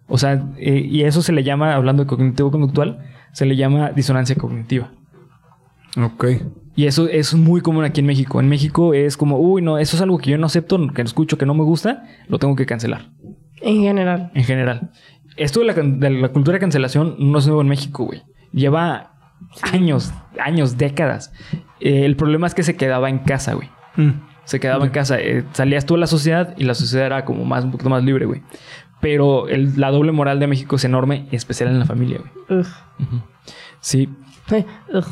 S1: O sea, eh, y eso se le llama, hablando de cognitivo-conductual, se le llama disonancia cognitiva.
S2: Ok.
S1: Y eso es muy común aquí en México. En México es como, uy, no, eso es algo que yo no acepto, que no escucho, que no me gusta, lo tengo que cancelar,
S3: En general.
S1: en general. Esto de la, can- de la cultura de cancelación no es nuevo en México, güey. Lleva años, años, décadas. Eh, el problema es que se quedaba en casa, güey. Se quedaba en casa. Eh, salías tú a la sociedad y la sociedad era como más, un poquito más libre, güey. Pero el- la doble moral de México es enorme, en especial en la familia, güey.
S3: Ugh.
S1: Sí,
S3: Eh, Ugh.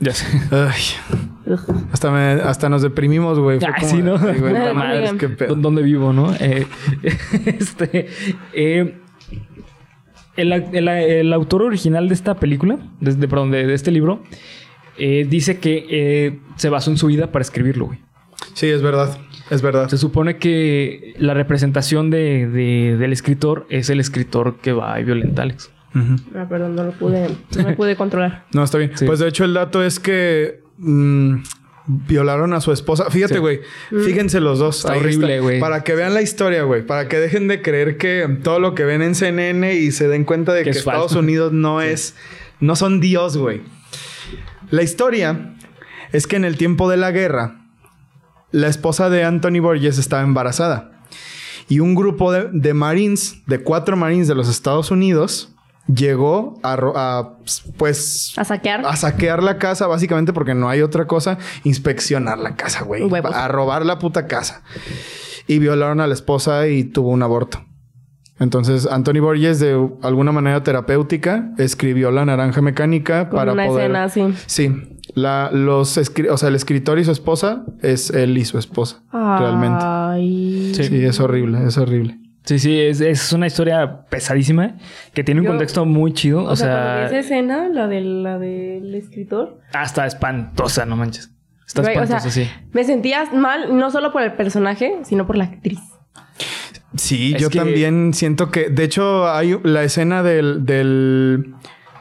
S1: ya sé.
S2: Ay,
S3: Ugh.
S2: hasta, me- hasta nos deprimimos, güey. Fue
S1: Ah,
S2: como
S1: sí,
S2: de,
S1: ¿no?
S2: "Ay, güey,
S1: Puta
S2: no
S1: madre,
S2: mames, qué pedo".
S1: dónde vivo, ¿no? Eh, este. eh, el, au- el- el autor original de esta película, de, de- perdón, de, de este libro, eh, dice que eh, se basó en su vida para escribirlo, güey.
S2: Sí, es verdad. Es verdad.
S1: Se supone que la representación de- de- del escritor es el escritor que va y violenta a Alex.
S2: Ujú.
S3: Ah, perdón, no lo pude, no me pude controlar.
S2: No, está bien.
S1: Sí.
S2: Pues de hecho, el dato es que mm, violaron a su esposa. Fíjate,
S1: Sí.
S2: güey. Fíjense los dos.
S1: Está
S2: Ahí
S1: horrible, güey.
S2: Para que vean la historia, güey. Para que dejen de creer que todo lo que ven en CNN y se den cuenta de
S1: Que
S2: que,
S1: es
S2: Estados
S1: falso.
S2: Unidos no es. No son Dios, güey. La historia es que en el tiempo de la guerra, la esposa de Anthony Borges estaba embarazada. Y un grupo de, de Marines, de cuatro Marines de los Estados Unidos, llegó a, ro- a, pues...
S3: A saquear.
S2: A saquear la casa, básicamente, porque no hay otra cosa. Inspeccionar la casa, güey.
S3: Huevos.
S2: A robar la puta casa. Y violaron a la esposa y tuvo un aborto. Entonces, Anthony Borges, de alguna manera terapéutica, escribió La Naranja Mecánica
S3: Con
S2: para
S3: una
S2: poder...
S3: escena así.
S2: Sí. La, los escri- o sea, el escritor y su esposa es él y su esposa.
S3: Ah.
S2: Realmente.
S4: Ay.
S1: Sí.
S2: Sí, es horrible, es horrible.
S1: Sí, sí, es, es una historia pesadísima que tiene un
S3: Yo-
S1: contexto muy chido. O,
S3: O, sea, eh,
S1: sea,
S3: cuando vi esa escena, la del, la del escritor,
S1: hasta espantosa, no manches. Está
S3: Güey, o sea,
S1: espantosa, sí.
S3: me sentía mal, no solo por el personaje, sino por la actriz.
S2: Sí,
S1: Es
S2: yo
S1: que-
S2: también siento que, de hecho, hay la escena del, del-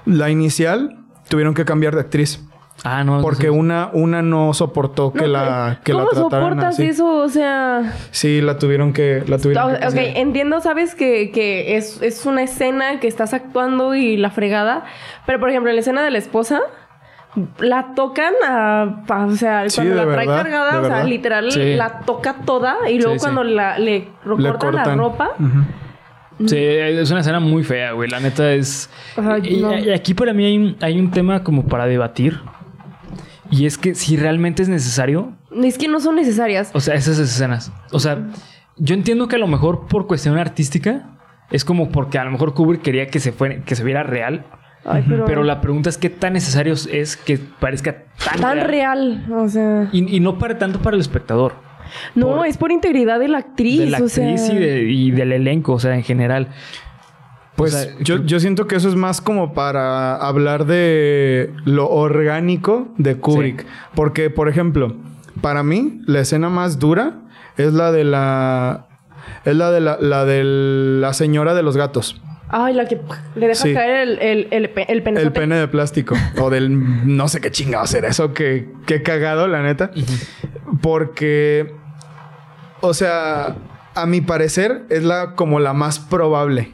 S2: la inicial tuvieron que cambiar de actriz
S1: Ah, no. no
S2: porque
S1: sé.
S2: una, una no soportó que
S3: No,
S2: la que la
S3: ¿Cómo
S2: trataran
S3: soportas
S2: así.
S3: eso? O sea...
S2: Sí, la tuvieron que la tuvieron.
S3: O-
S2: que
S3: ok,
S2: cambiar.
S3: entiendo, sabes que, que es, es una escena que estás actuando y la fregada, pero por ejemplo, en la escena de la esposa, la tocan a. pa- o sea,
S2: Sí,
S3: cuando
S2: de
S3: la trae
S2: verdad, de
S3: cargada, o sea,
S2: verdad.
S3: literal
S1: Sí.
S3: la toca toda y luego
S1: Sí, sí.
S3: cuando la, le
S2: Le
S3: recortan la
S2: cortan.
S3: ropa.
S2: Ujú.
S1: Sí, es una escena muy fea, güey. La neta es.
S3: Ay,
S1: y,
S3: no.
S1: y aquí para mí hay un, hay un tema como para debatir. Y es que si realmente es necesario,
S3: Es que no son necesarias.
S1: o sea, esas escenas. O sea, yo entiendo que a lo mejor por cuestión artística es como porque a lo mejor Kubrick quería que se, fuera, que se viera real.
S3: Ay, pero,
S1: Pero la pregunta es qué tan necesario es que parezca tan,
S3: tan
S1: real.
S3: real. O sea.
S1: Y, y no para tanto para el espectador.
S3: no,
S1: por-
S3: es por integridad de la actriz.
S1: de la
S3: o sea,
S1: actriz y, de- y del elenco, o sea, en general.
S2: Pues
S1: O sea,
S2: yo, yo siento que eso es más como para hablar de lo orgánico de Kubrick. Porque, por ejemplo, para mí, la escena más dura es la de la. Es la de la, la de la señora de los gatos.
S3: Ay, la que le deja
S2: Sí.
S3: caer el, el, el, pe- el penezote.
S2: El pene de plástico. o del no sé qué chingados era eso. Que, que cagado, la neta. Porque. O sea, a mi parecer es la como la más probable.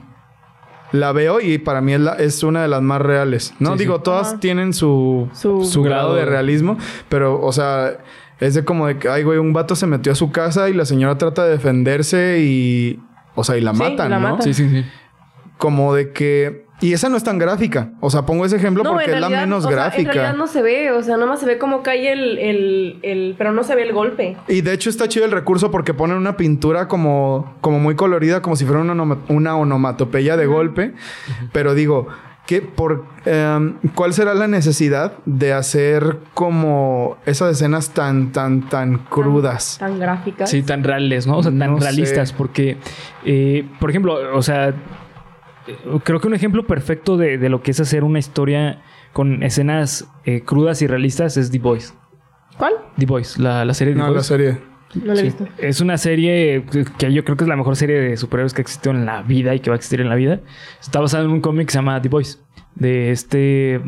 S2: La veo y para mí es, la- es una de las más reales. No
S1: Sí,
S2: digo,
S1: sí.
S2: todas
S3: Ajá.
S2: tienen su,
S3: Su-
S2: su, grado de realismo, pero, o sea, es de como de que, ay, güey, un vato se metió a su casa y la señora trata de defenderse y, o sea, y la
S3: Sí,
S2: matan,
S3: la
S2: ¿no?
S3: matan. Sí,
S1: sí.
S2: Como de que. Y esa no es tan gráfica. O sea, pongo ese ejemplo
S3: No,
S2: porque
S3: en
S2: es la
S3: realidad,
S2: menos
S3: o sea,
S2: gráfica.
S3: en realidad no se ve, o sea, nomás se ve cómo cae el, el, el- Pero no se ve el golpe.
S2: Y de hecho está chido el recurso porque ponen una pintura como, como muy colorida, como si fuera una, onoma- una onomatopeya de golpe. Pero digo, ¿qué, por, em, ¿cuál será la necesidad de hacer como esas escenas tan, tan, tan crudas?
S3: Tan gráfica.
S1: Sí, tan reales, ¿no? O sea, tan
S2: No sé.
S1: realistas, porque, eh, por ejemplo, o sea, eh, creo que un ejemplo perfecto de, de lo que es hacer una historia con escenas eh, crudas y realistas es The Voice.
S3: ¿Cuál?
S1: The Voice, la, la serie The
S2: No,
S1: Boys.
S2: la serie.
S3: No lo he
S1: Sí.
S3: visto.
S1: Es una serie que- que yo creo que es la mejor serie de superhéroes que ha existido en la vida y que va a existir en la vida. Está basada en un cómic que se llama The Boys. De este.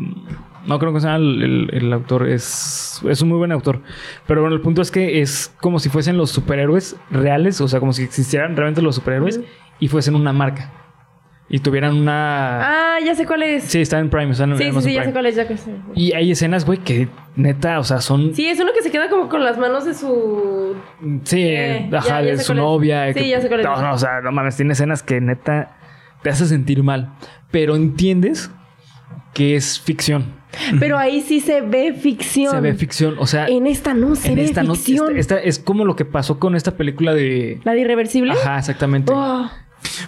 S1: No creo que sea el, el- el autor. Es, es un muy buen autor. Pero bueno, el punto es que es como si fuesen los superhéroes reales. O sea, como si existieran realmente los superhéroes y fuesen una marca. Y tuvieran una.
S3: Ah, ya sé cuál es. Sí,
S1: Sí, está en Prime. Está en
S3: sí, sí,
S1: Amazon
S3: ya
S1: Prime.
S3: sé cuál es, ya que sé.
S1: Y hay escenas, güey, que neta, o sea, son. Sí,
S3: Sí, es uno que se queda como con las manos de su. Eh, ya-
S1: ajá,
S3: ya
S1: de
S3: sé
S1: su
S3: cuál es.
S1: novia. de
S3: Sí,
S1: que-
S3: ya sé cuál es.
S1: No, no, o sea, no mames, tiene escenas que neta te hace sentir mal. Pero entiendes que es ficción.
S3: Pero ahí sí se ve ficción.
S1: Se ve ficción. O sea,
S3: En esta no se
S1: en
S3: ve
S1: esta no-
S3: ficción.
S1: esta- esta es como lo que pasó con esta película de.
S3: La de irreversible.
S1: Ajá, exactamente.
S3: Oh,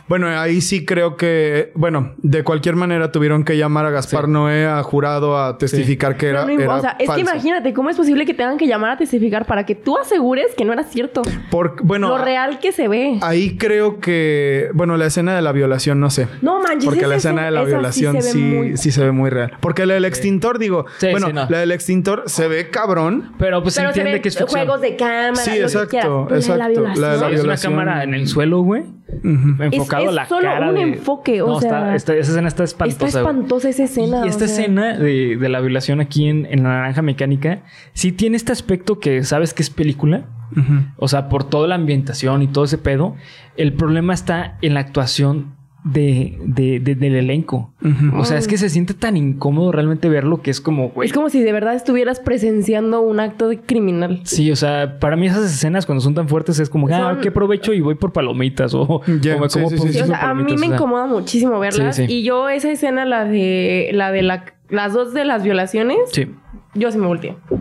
S2: Bueno, ahí sí creo que, bueno, de cualquier manera tuvieron que llamar a Gaspar
S1: Sí.
S2: Noé a jurado a testificar que era,
S3: no, no importa.
S2: era
S3: o sea, es que
S2: falso.
S3: imagínate cómo es posible que tengan que llamar a testificar para que tú asegures que no era cierto.
S2: Por- bueno, ah,
S3: lo real que se ve.
S2: ahí creo que, bueno, la escena de la violación, no sé.
S3: no manches.
S2: Porque
S3: esa
S2: la escena de la
S3: esa
S2: violación sí,
S3: se ve muy-
S2: sí se ve muy real. Porque la del extintor, digo,
S1: Sí,
S2: bueno,
S1: sí, no.
S2: la del extintor se ve cabrón.
S1: Pero pues se
S3: Pero se
S1: entiende
S3: ven
S1: que es ficción.
S3: juegos de cámara.
S2: Sí,
S3: lo que
S2: exacto,
S3: quieras, pero La,
S2: exacto.
S3: violación.
S2: La de
S1: Sí,
S2: la
S1: es una
S2: violación.
S1: cámara en el suelo, güey.
S2: Ujú.
S1: Enfocado
S3: es
S1: a la
S3: solo
S1: cara.
S3: un
S1: de-
S3: enfoque, o
S1: No, está-
S3: sea,
S1: está- esa escena está espantosa.
S3: Está
S1: güey.
S3: espantosa esa escena.
S1: Y esta
S3: o sea,
S1: escena de, de la violación aquí en, en La Naranja Mecánica sí tiene este aspecto que sabes que es película.
S2: Ujú.
S1: O sea, por toda la ambientación y todo ese pedo. El problema está en la actuación de, de- de- del elenco.
S2: Ujú.
S1: O sea, es que se siente tan incómodo realmente verlo que es como, güey.
S3: Es como si de verdad estuvieras presenciando un acto de criminal.
S1: Sí, o sea, para mí esas escenas cuando son tan fuertes es como, ah,
S3: Son-
S1: qué provecho y voy por palomitas o,
S2: Ya,
S1: o me
S2: sí,
S1: como
S2: sí,
S3: Sí,
S2: sí,
S3: o
S1: muchísimas
S3: sea, a mí
S1: palomitas,
S3: me
S1: o sea.
S3: incomoda muchísimo verlas.
S1: Sí, sí.
S3: Y yo esa escena, la de la de la, las dos de las violaciones,
S1: Sí,
S3: yo sí me volteé.
S1: sí,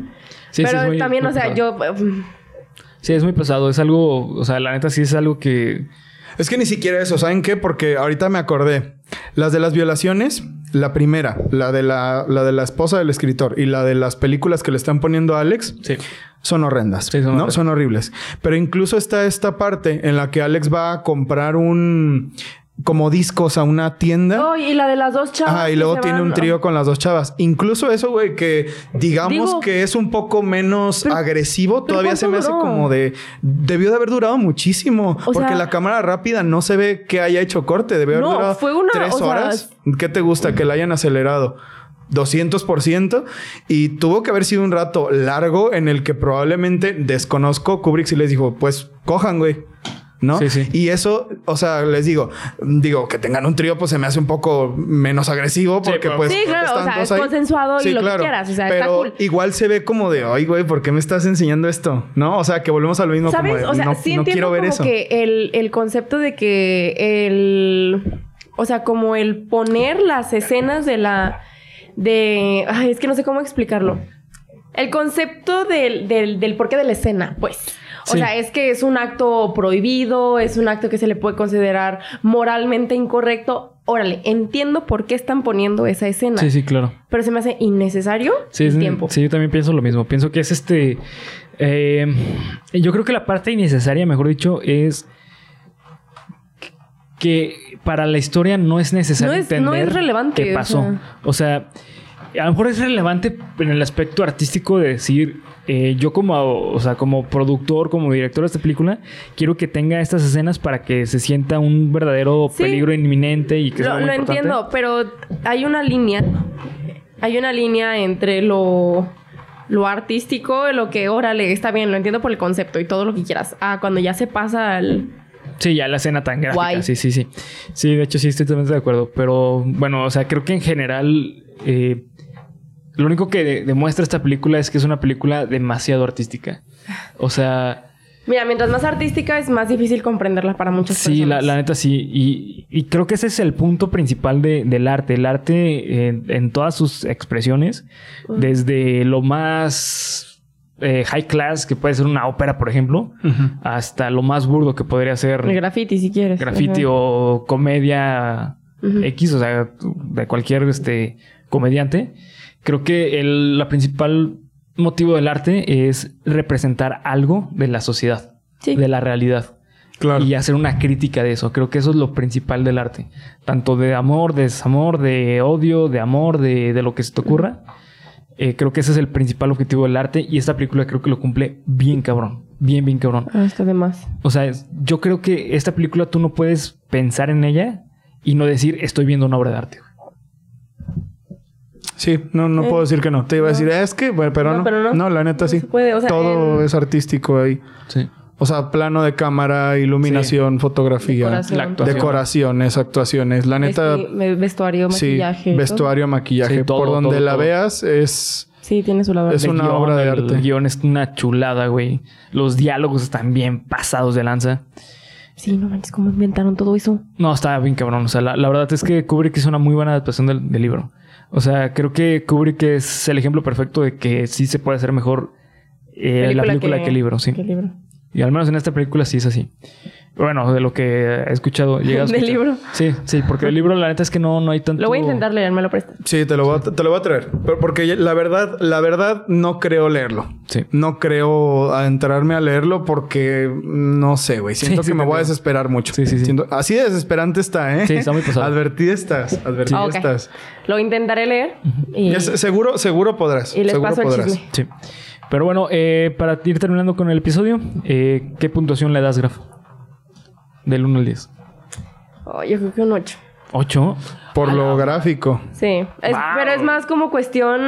S1: sí,
S3: Pero
S1: es muy-
S3: también,
S1: muy
S3: o sea,
S1: pesado.
S3: yo... mm,
S1: Sí, es muy pesado. Es algo, o sea, la neta sí es algo que.
S2: Es que ni siquiera eso, ¿saben qué? Porque ahorita me acordé. Las de las violaciones, la primera, la de la, la de la esposa del escritor y la de las películas que le están poniendo a Alex,
S1: Sí.
S2: son horrendas,
S1: Sí, son
S2: ¿no?
S1: horrendas.
S2: Son horribles. Pero incluso está esta parte en la que Alex va a comprar un como discos a una tienda.
S3: Oh, y la de las dos chavas.
S2: Ajá, y
S3: que
S2: luego
S3: se
S2: tiene
S3: van-
S2: un trío con las dos chavas. Incluso eso, güey, que digamos
S3: Digo-
S2: que es un poco menos
S3: Pero-
S2: agresivo,
S3: pero
S2: todavía se me
S3: ¿cuánto
S2: hace
S3: duró?
S2: como de... Debió de haber durado muchísimo,
S3: O
S2: porque
S3: sea-
S2: la cámara rápida no se ve que haya hecho corte, debió haber
S3: No,
S2: durado
S3: fue una-
S2: tres
S3: o sea,
S2: horas. ¿Qué te gusta? Que la hayan acelerado. 200% y tuvo que haber sido un rato largo en el que probablemente desconozco Kubrick si les dijo, pues cojan, güey. ¿No?
S1: Sí, sí.
S2: Y eso, o sea, les digo, digo, que tengan un trío, pues se me hace un poco menos agresivo
S1: Sí,
S2: porque
S1: pues.
S2: pues...
S3: Sí, claro,
S2: están
S3: o sea,
S2: todos
S3: es
S2: ahí.
S3: consensuado y lo que quieras, o sea, está
S2: Pero
S3: cool.
S2: igual se ve como de, ay, güey, ¿por qué me estás enseñando esto? ¿No? O sea, que volvemos al mismo como
S3: ¿Sabes?
S2: de,
S3: O sea,
S2: no,
S3: sí
S2: no
S3: entiendo
S2: quiero ver
S3: como
S2: eso.
S3: que el, el concepto de que el... O sea, como el poner las escenas de la... De... Ay, es que no sé cómo explicarlo. El concepto del, del, del porqué de la escena, pues. O
S1: Sí.
S3: sea, es que es un acto prohibido, es un acto que se le puede considerar moralmente incorrecto. Órale, entiendo por qué están poniendo esa escena.
S1: Sí, sí, claro.
S3: Pero se me hace innecesario
S1: Sí,
S3: el
S1: es-
S3: tiempo.
S1: sí, yo también pienso lo mismo. Pienso que es este. eh, yo creo que la parte innecesaria, mejor dicho, es que para la historia no es necesario
S3: No es-
S1: entender
S3: no es relevante,
S1: qué
S3: o
S1: pasó.
S3: sea.
S1: O sea, a lo mejor es relevante en el aspecto artístico de decir. eh, yo como, o sea, como productor, como director de esta película, quiero que tenga estas escenas para que se sienta un verdadero
S3: Sí.
S1: peligro inminente y que sea
S3: Lo,
S1: muy
S3: lo
S1: importante.
S3: entiendo, pero hay una línea. Hay una línea entre lo, lo artístico, lo que, órale, está bien, lo entiendo por el concepto y todo lo que quieras. Ah, cuando ya se pasa al.
S1: Sí, ya la escena tan gráfica.
S3: Guay.
S1: Sí, sí, sí. Sí, de hecho sí estoy totalmente de acuerdo. Pero bueno, o sea, creo que en general eh, lo único que de- demuestra esta película es que es una película demasiado artística. O sea,
S3: Mira, mientras más artística es más difícil comprenderla para muchas
S1: sí, la,
S3: personas.
S1: la neta sí. Y, y creo que ese es el punto principal de- del arte. El arte en, en todas sus expresiones, desde lo más eh, high class, que puede ser una ópera, por ejemplo,
S2: Ujú.
S1: hasta lo más burdo que podría ser
S3: El graffiti, si quieres.
S1: graffiti
S3: Ajá.
S1: o comedia
S3: Ujú.
S1: X, o sea, de cualquier este, comediante. Creo que el la principal motivo del arte es representar algo de la sociedad,
S3: Sí.
S1: de la realidad.
S2: Claro.
S1: Y hacer una crítica de eso. Creo que eso es lo principal del arte. Tanto de amor, de desamor, de odio, de amor, de, de lo que se te ocurra. Eh, creo que ese es el principal objetivo del arte. Y esta película creo que lo cumple bien cabrón. Bien, bien cabrón.
S3: Ah, está de más.
S1: O sea, es- yo creo que esta película tú no puedes pensar en ella y no decir estoy viendo una obra de arte. güey.
S2: Sí, no, no
S3: Eh,
S2: puedo decir que no. Te iba a decir, es que, bueno, pero
S3: No,
S2: no.
S3: pero no.
S2: no. la neta
S3: No
S2: sí.
S3: se puede, o sea,
S2: Todo
S3: en-
S2: es artístico ahí. O sea, plano de cámara, iluminación, fotografía,
S3: Decoración.
S1: La actuación.
S2: decoraciones, actuaciones. La neta,
S3: Vesti- vestuario,
S2: sí,
S3: maquillaje. todo.
S2: vestuario, maquillaje.
S1: Sí, todo,
S2: por donde
S1: todo,
S2: la
S1: todo.
S2: veas es...
S3: Sí, tiene su lado.
S2: Es
S1: El
S2: una obra de
S1: el
S2: arte.
S1: guión es una chulada, güey. Los diálogos están bien pasados de lanza.
S3: Sí, no manches, cómo inventaron todo eso.
S1: No, está bien cabrón. O sea, la, la verdad es que Kubrick hizo una muy buena adaptación del, del libro. O sea, creo que Kubrick es el ejemplo perfecto de que sí se puede hacer mejor eh, la película que, el libro, sí.
S3: que libro.
S1: Y al menos en esta película sí es así. Bueno, de lo que he escuchado. llega a
S3: Del
S1: escuchar.
S3: libro.
S1: Sí, sí, porque el libro la neta es que no, no hay tanto...
S3: Lo voy a intentar leer, me lo prestas.
S2: Sí, te lo, voy a, te lo voy a traer. Pero porque ya- la verdad, la verdad, no creo leerlo.
S1: Sí.
S2: No creo adentrarme a leerlo porque no sé, güey. Siento
S1: Sí, sí,
S2: que me
S1: te
S2: voy a
S1: creo.
S2: desesperar mucho.
S1: Sí, sí, sí.
S2: Siento- así de desesperante está, ¿eh?
S1: Sí, está muy pesado.
S2: Advertí estas. Advertí
S3: Ah, ok.
S2: estas.
S3: Lo intentaré leer. Y,
S2: Ya se- seguro, seguro podrás.
S3: y les
S2: seguro
S3: paso el
S2: podrás.
S3: chisme.
S1: Sí. Pero bueno, eh, para ir terminando con el episodio, eh, ¿qué puntuación le das, Graf? Del 1 al 10.
S3: Oh, yo creo que un 8.
S1: 8.
S2: Por lo gráfico.
S3: Sí. Es-
S1: Wow.
S3: Pero es más como cuestión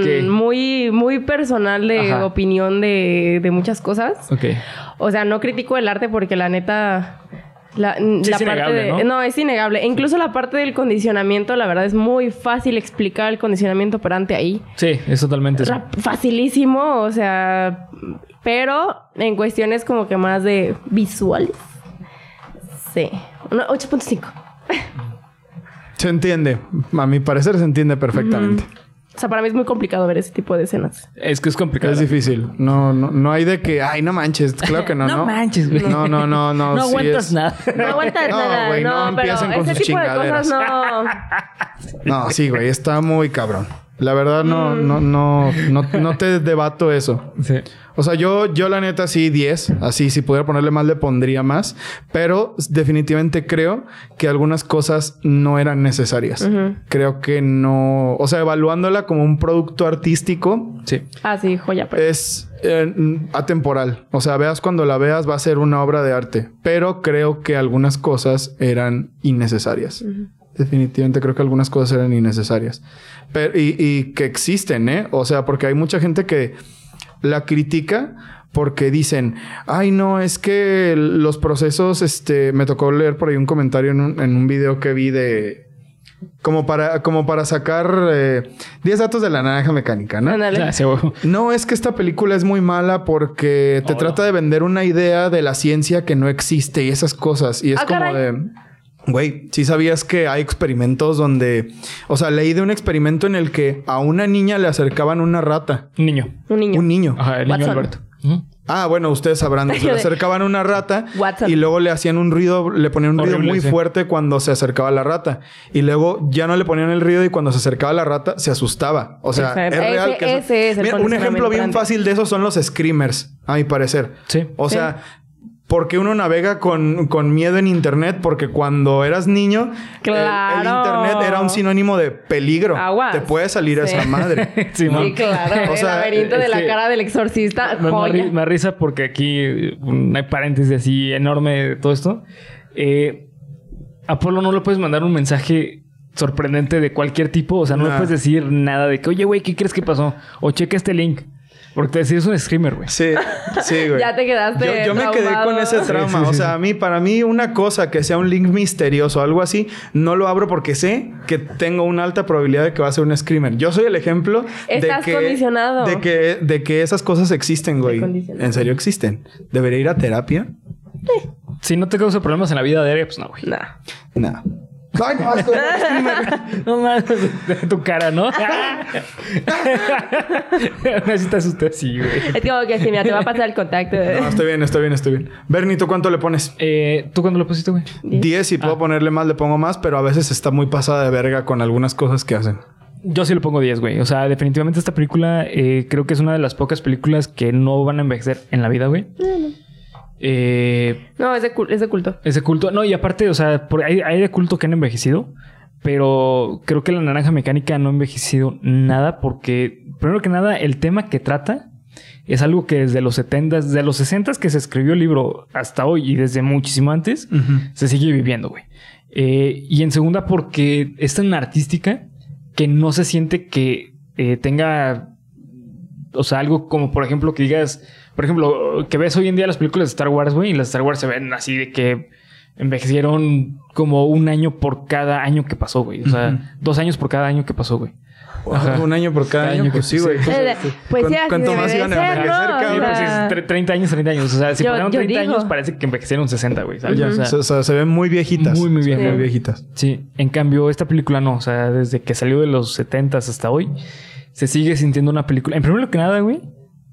S1: Ok.
S3: muy, muy personal de
S1: Ajá.
S3: opinión de, de muchas cosas.
S1: Ok.
S3: O sea, no critico el arte porque la neta. La,
S1: es
S3: la parte
S1: innegable,
S3: de-
S1: ¿no?
S3: ¿no? es innegable. E incluso la parte del condicionamiento, la verdad, es muy fácil explicar el condicionamiento operante ahí.
S1: Sí, es totalmente eso.
S3: Rap- facilísimo, o sea, pero en cuestiones como que más de visuales. Sí. Una 8.5.
S2: Se entiende. A mi parecer se entiende perfectamente.
S3: O sea, para mí es muy complicado ver ese tipo de escenas.
S1: Es que es complicado.
S2: Es difícil. No, no, no hay de que, ay, no manches. Claro que no, ¿no?
S1: No manches, güey.
S2: No, no, no, no.
S1: No
S2: sí
S1: aguantas
S2: es-
S1: nada.
S3: No aguantas
S2: No,
S3: nada,
S2: güey, no
S3: no, pero
S2: empiecen con
S3: ese
S2: sus
S3: tipo de
S2: chingaderas.
S3: cosas no.
S2: No, sí, güey. Está muy cabrón. La verdad, no, no,
S1: Mm.
S2: no, no, no te debato eso.
S1: Sí.
S2: O sea, yo, yo la neta sí 10. Así, si pudiera ponerle más, le pondría más. Pero definitivamente creo que algunas cosas no eran necesarias.
S3: Ujú.
S2: Creo que no... O sea, evaluándola como un producto artístico,
S1: Sí.
S3: Ah, sí, joya. pero-
S2: es eh, mm, atemporal. O sea, veas cuando la veas, va a ser una obra de arte. Pero creo que algunas cosas eran innecesarias. Definitivamente creo que algunas cosas eran innecesarias. Pero, y, y que existen, ¿eh? O sea, porque hay mucha gente que la critica porque dicen, ay no, es que los procesos, este, me tocó leer por ahí un comentario en un, en un video que vi de... Como para, como para sacar eh, 10 datos de la naranja mecánica, ¿no?
S3: Ándale.
S1: Ah, sí, huevo.
S2: No, es que esta película es muy mala porque te
S1: Hola.
S2: trata de vender una idea de la ciencia que no existe y esas cosas. Y es
S3: Ah,
S2: como
S3: caray.
S2: de. Güey, si sabías que hay experimentos donde. O sea, leí de un experimento en el que a una niña le acercaban una rata.
S1: Un niño.
S3: Un niño.
S2: Un niño.
S1: Ajá, el niño
S3: Watson.
S1: Alberto. Ujú.
S2: Ah, bueno, ustedes sabrán. Se le acercaban una rata
S3: Watson.
S2: y luego le hacían un ruido, le ponían un ruido
S1: Horrible,
S2: muy
S1: sí.
S2: fuerte cuando se acercaba la rata. Y luego ya no le ponían el ruido y cuando se acercaba la rata se asustaba. O sea,
S3: Exacto.
S2: es real
S3: Ese-
S2: que eso-
S3: ese es el
S2: Mira, un ejemplo bien
S3: condicionamiento
S2: fácil de eso son los screamers, a mi parecer.
S1: Sí.
S2: O sea, porque uno navega con, con miedo en internet, porque cuando eras niño, el- el,
S3: Claro.
S2: internet era un sinónimo de peligro.
S3: Aguas.
S2: Te puede salir
S3: Sí.
S2: esa madre.
S1: Simón.
S3: Sí, claro.
S2: O
S3: el
S2: sea,
S3: laberinto de
S1: es
S3: la
S1: que-
S3: cara del exorcista.
S1: Me, me ri-
S3: Joya.
S1: me risa porque aquí eh, un hay paréntesis así enorme de todo esto. Eh, Apolo no le puedes mandar un mensaje sorprendente de cualquier tipo. O sea, no le
S2: Nah.
S1: puedes decir nada de que, oye, güey, ¿qué crees que pasó? O checa este link. Porque te si es un screamer, güey.
S2: Sí, sí, güey.
S3: Ya te quedaste
S2: Yo, yo me quedé
S3: traumado.
S2: con ese
S1: Sí,
S2: trauma.
S1: sí, sí,
S2: o sea,
S1: sí.
S2: a mí, para mí, una cosa que sea un link misterioso o algo así, no lo abro porque sé que tengo una alta probabilidad de que va a ser un screamer. Yo soy el ejemplo
S3: Estás
S2: de que,
S3: condicionado.
S2: De que, de que esas cosas existen, güey.
S3: condicionado.
S2: En serio existen. ¿Debería ir a terapia?
S1: Si no te causa problemas en la vida diaria, pues no, güey.
S3: Nah.
S2: No. Ay, no, estoy-
S1: No mames, tu cara, ¿no? Necesitas usted así, güey.
S3: Es como que sí, mira, te va a pasar el contacto.
S2: no, estoy bien, estoy bien, estoy bien. Bernito, ¿cuánto le pones?
S1: Eh, ¿Tú cuándo lo pusiste, güey?
S2: 10 y
S3: Ah.
S2: puedo ponerle más, le pongo más, pero a veces está muy pasada de verga con algunas cosas que hacen.
S1: Yo sí le pongo 10, güey. O sea, definitivamente esta película eh, creo que es una de las pocas películas que no van a envejecer en la vida, güey. Eh,
S3: No, es de, cul- es de culto.
S1: es de culto. No, y aparte, o sea, por- hay, hay de culto que han envejecido. Pero creo que la naranja mecánica no ha envejecido nada porque, primero que nada, el tema que trata es algo que desde los 70, desde los 60 que se escribió el libro hasta hoy y desde muchísimo antes, se sigue viviendo, güey. Eh, y en segunda, porque es tan artística que no se siente que eh, tenga, o sea, algo como, por ejemplo, que digas, por ejemplo, que ves hoy en día las películas de Star Wars, güey, y las de Star Wars se ven así de que envejecieron como un año por cada año que pasó, güey. O sea,
S2: Ujú.
S1: dos años por cada año que pasó, güey. Ajá.
S2: Un año por cada,
S1: Cada
S2: año,
S1: año
S2: pues
S1: que-
S2: sí, güey.
S1: sí.
S3: Eh, Pues
S2: ¿Cuán-
S3: sí, así
S2: cuánto
S3: debe
S2: más
S3: de
S2: iban a
S3: ser,
S2: envejecer,
S3: Ah, ¿no? O
S1: Sí,
S2: cabrón?
S1: pues,
S3: sea,
S1: es tre- 30 años, 30 años. O sea, si
S3: Yo-
S1: pasaron
S3: yo
S1: 30
S3: digo.
S1: años, parece que envejecieron 60, güey. ¿sabes?
S2: Ya,
S1: O sea,
S2: se, se- se ven muy viejitas.
S1: Muy, muy
S2: Se ven
S1: viejas.
S2: muy viejitas.
S1: Sí, en cambio, esta película no. O sea, desde que salió de los 70 hasta hoy, se sigue sintiendo una película. En primer lugar que nada, güey,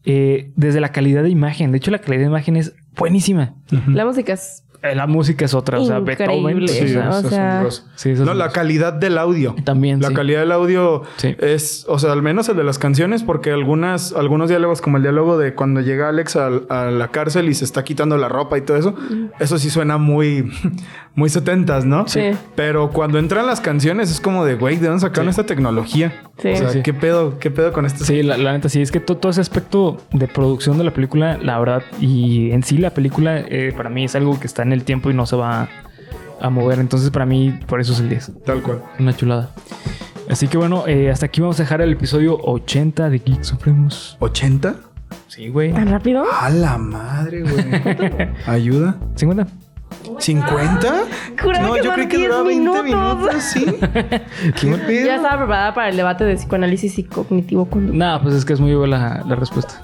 S1: eh, desde la calidad de imagen. De hecho, la calidad de imagen es buenísima.
S2: Mm.
S3: la música es
S1: Eh, La música es otra, o sea, Beethoven.
S3: Increíble.
S1: Sí, o
S3: Sí,
S1: sea,
S3: o sea-
S1: sí, eso es
S2: No, la
S1: más.
S2: calidad del audio.
S1: También,
S2: La
S1: sí.
S2: calidad del audio
S1: Sí.
S2: es, o sea, al menos el de las canciones, porque algunas, algunos diálogos, como el diálogo de cuando llega Alex al- a, la cárcel y se está quitando la ropa y todo eso, eso sí suena muy, muy setentas, ¿no?
S3: Sí.
S2: Pero cuando entran las canciones es como de, güey, ¿de dónde sacaron esta tecnología?
S3: Sí.
S2: O sea,
S1: Sí, sí.
S2: ¿qué pedo, qué pedo con este esto?
S1: Sí, la, la neta sí, es que to- todo ese aspecto de producción de la película, la verdad, y en sí la película eh, para mí es algo que está en el tiempo y no se va a, a mover. Entonces, para mí, por eso es el 10.
S2: Tal cual.
S1: Una chulada. Así que bueno, eh, hasta aquí vamos a dejar el episodio 80 de Geek Supremos.
S2: ¿80?
S1: Sí, güey.
S3: tan rápido.
S2: A la madre, güey. Ayuda.
S1: 50.
S2: ¿50?
S3: Juraba
S2: no,
S3: que
S2: yo
S3: son
S2: creí que
S3: 10
S2: duraba
S3: minutos.
S2: 20 minutos, sí. ¿Qué pedo?
S3: Ya estaba preparada para el debate de psicoanálisis y cognitivo conductual.
S1: Nada, pues es que es muy buena la, la respuesta.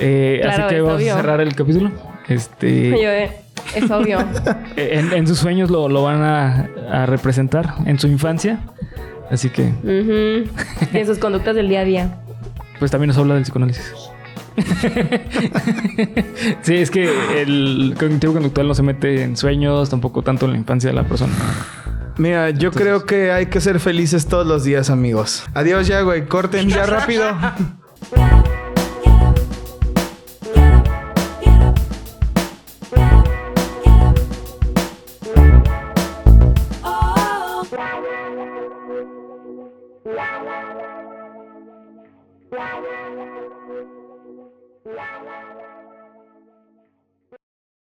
S1: Eh,
S3: Claro,
S1: así que
S3: es
S1: vamos
S3: obvio.
S1: a cerrar el capítulo.
S3: Yo
S1: Este,
S3: de, es obvio.
S1: en, en sus sueños lo, lo van a, a representar en su infancia. Así que,
S3: Ujú. Y en sus conductas del día a día.
S1: pues también nos habla del psicoanálisis. sí, es que el cognitivo conductual no se mete en sueños, tampoco tanto en la infancia de la persona.
S2: Mira, yo creo que hay que ser felices todos los días, amigos. Adiós ya, güey. Corten ya rápido.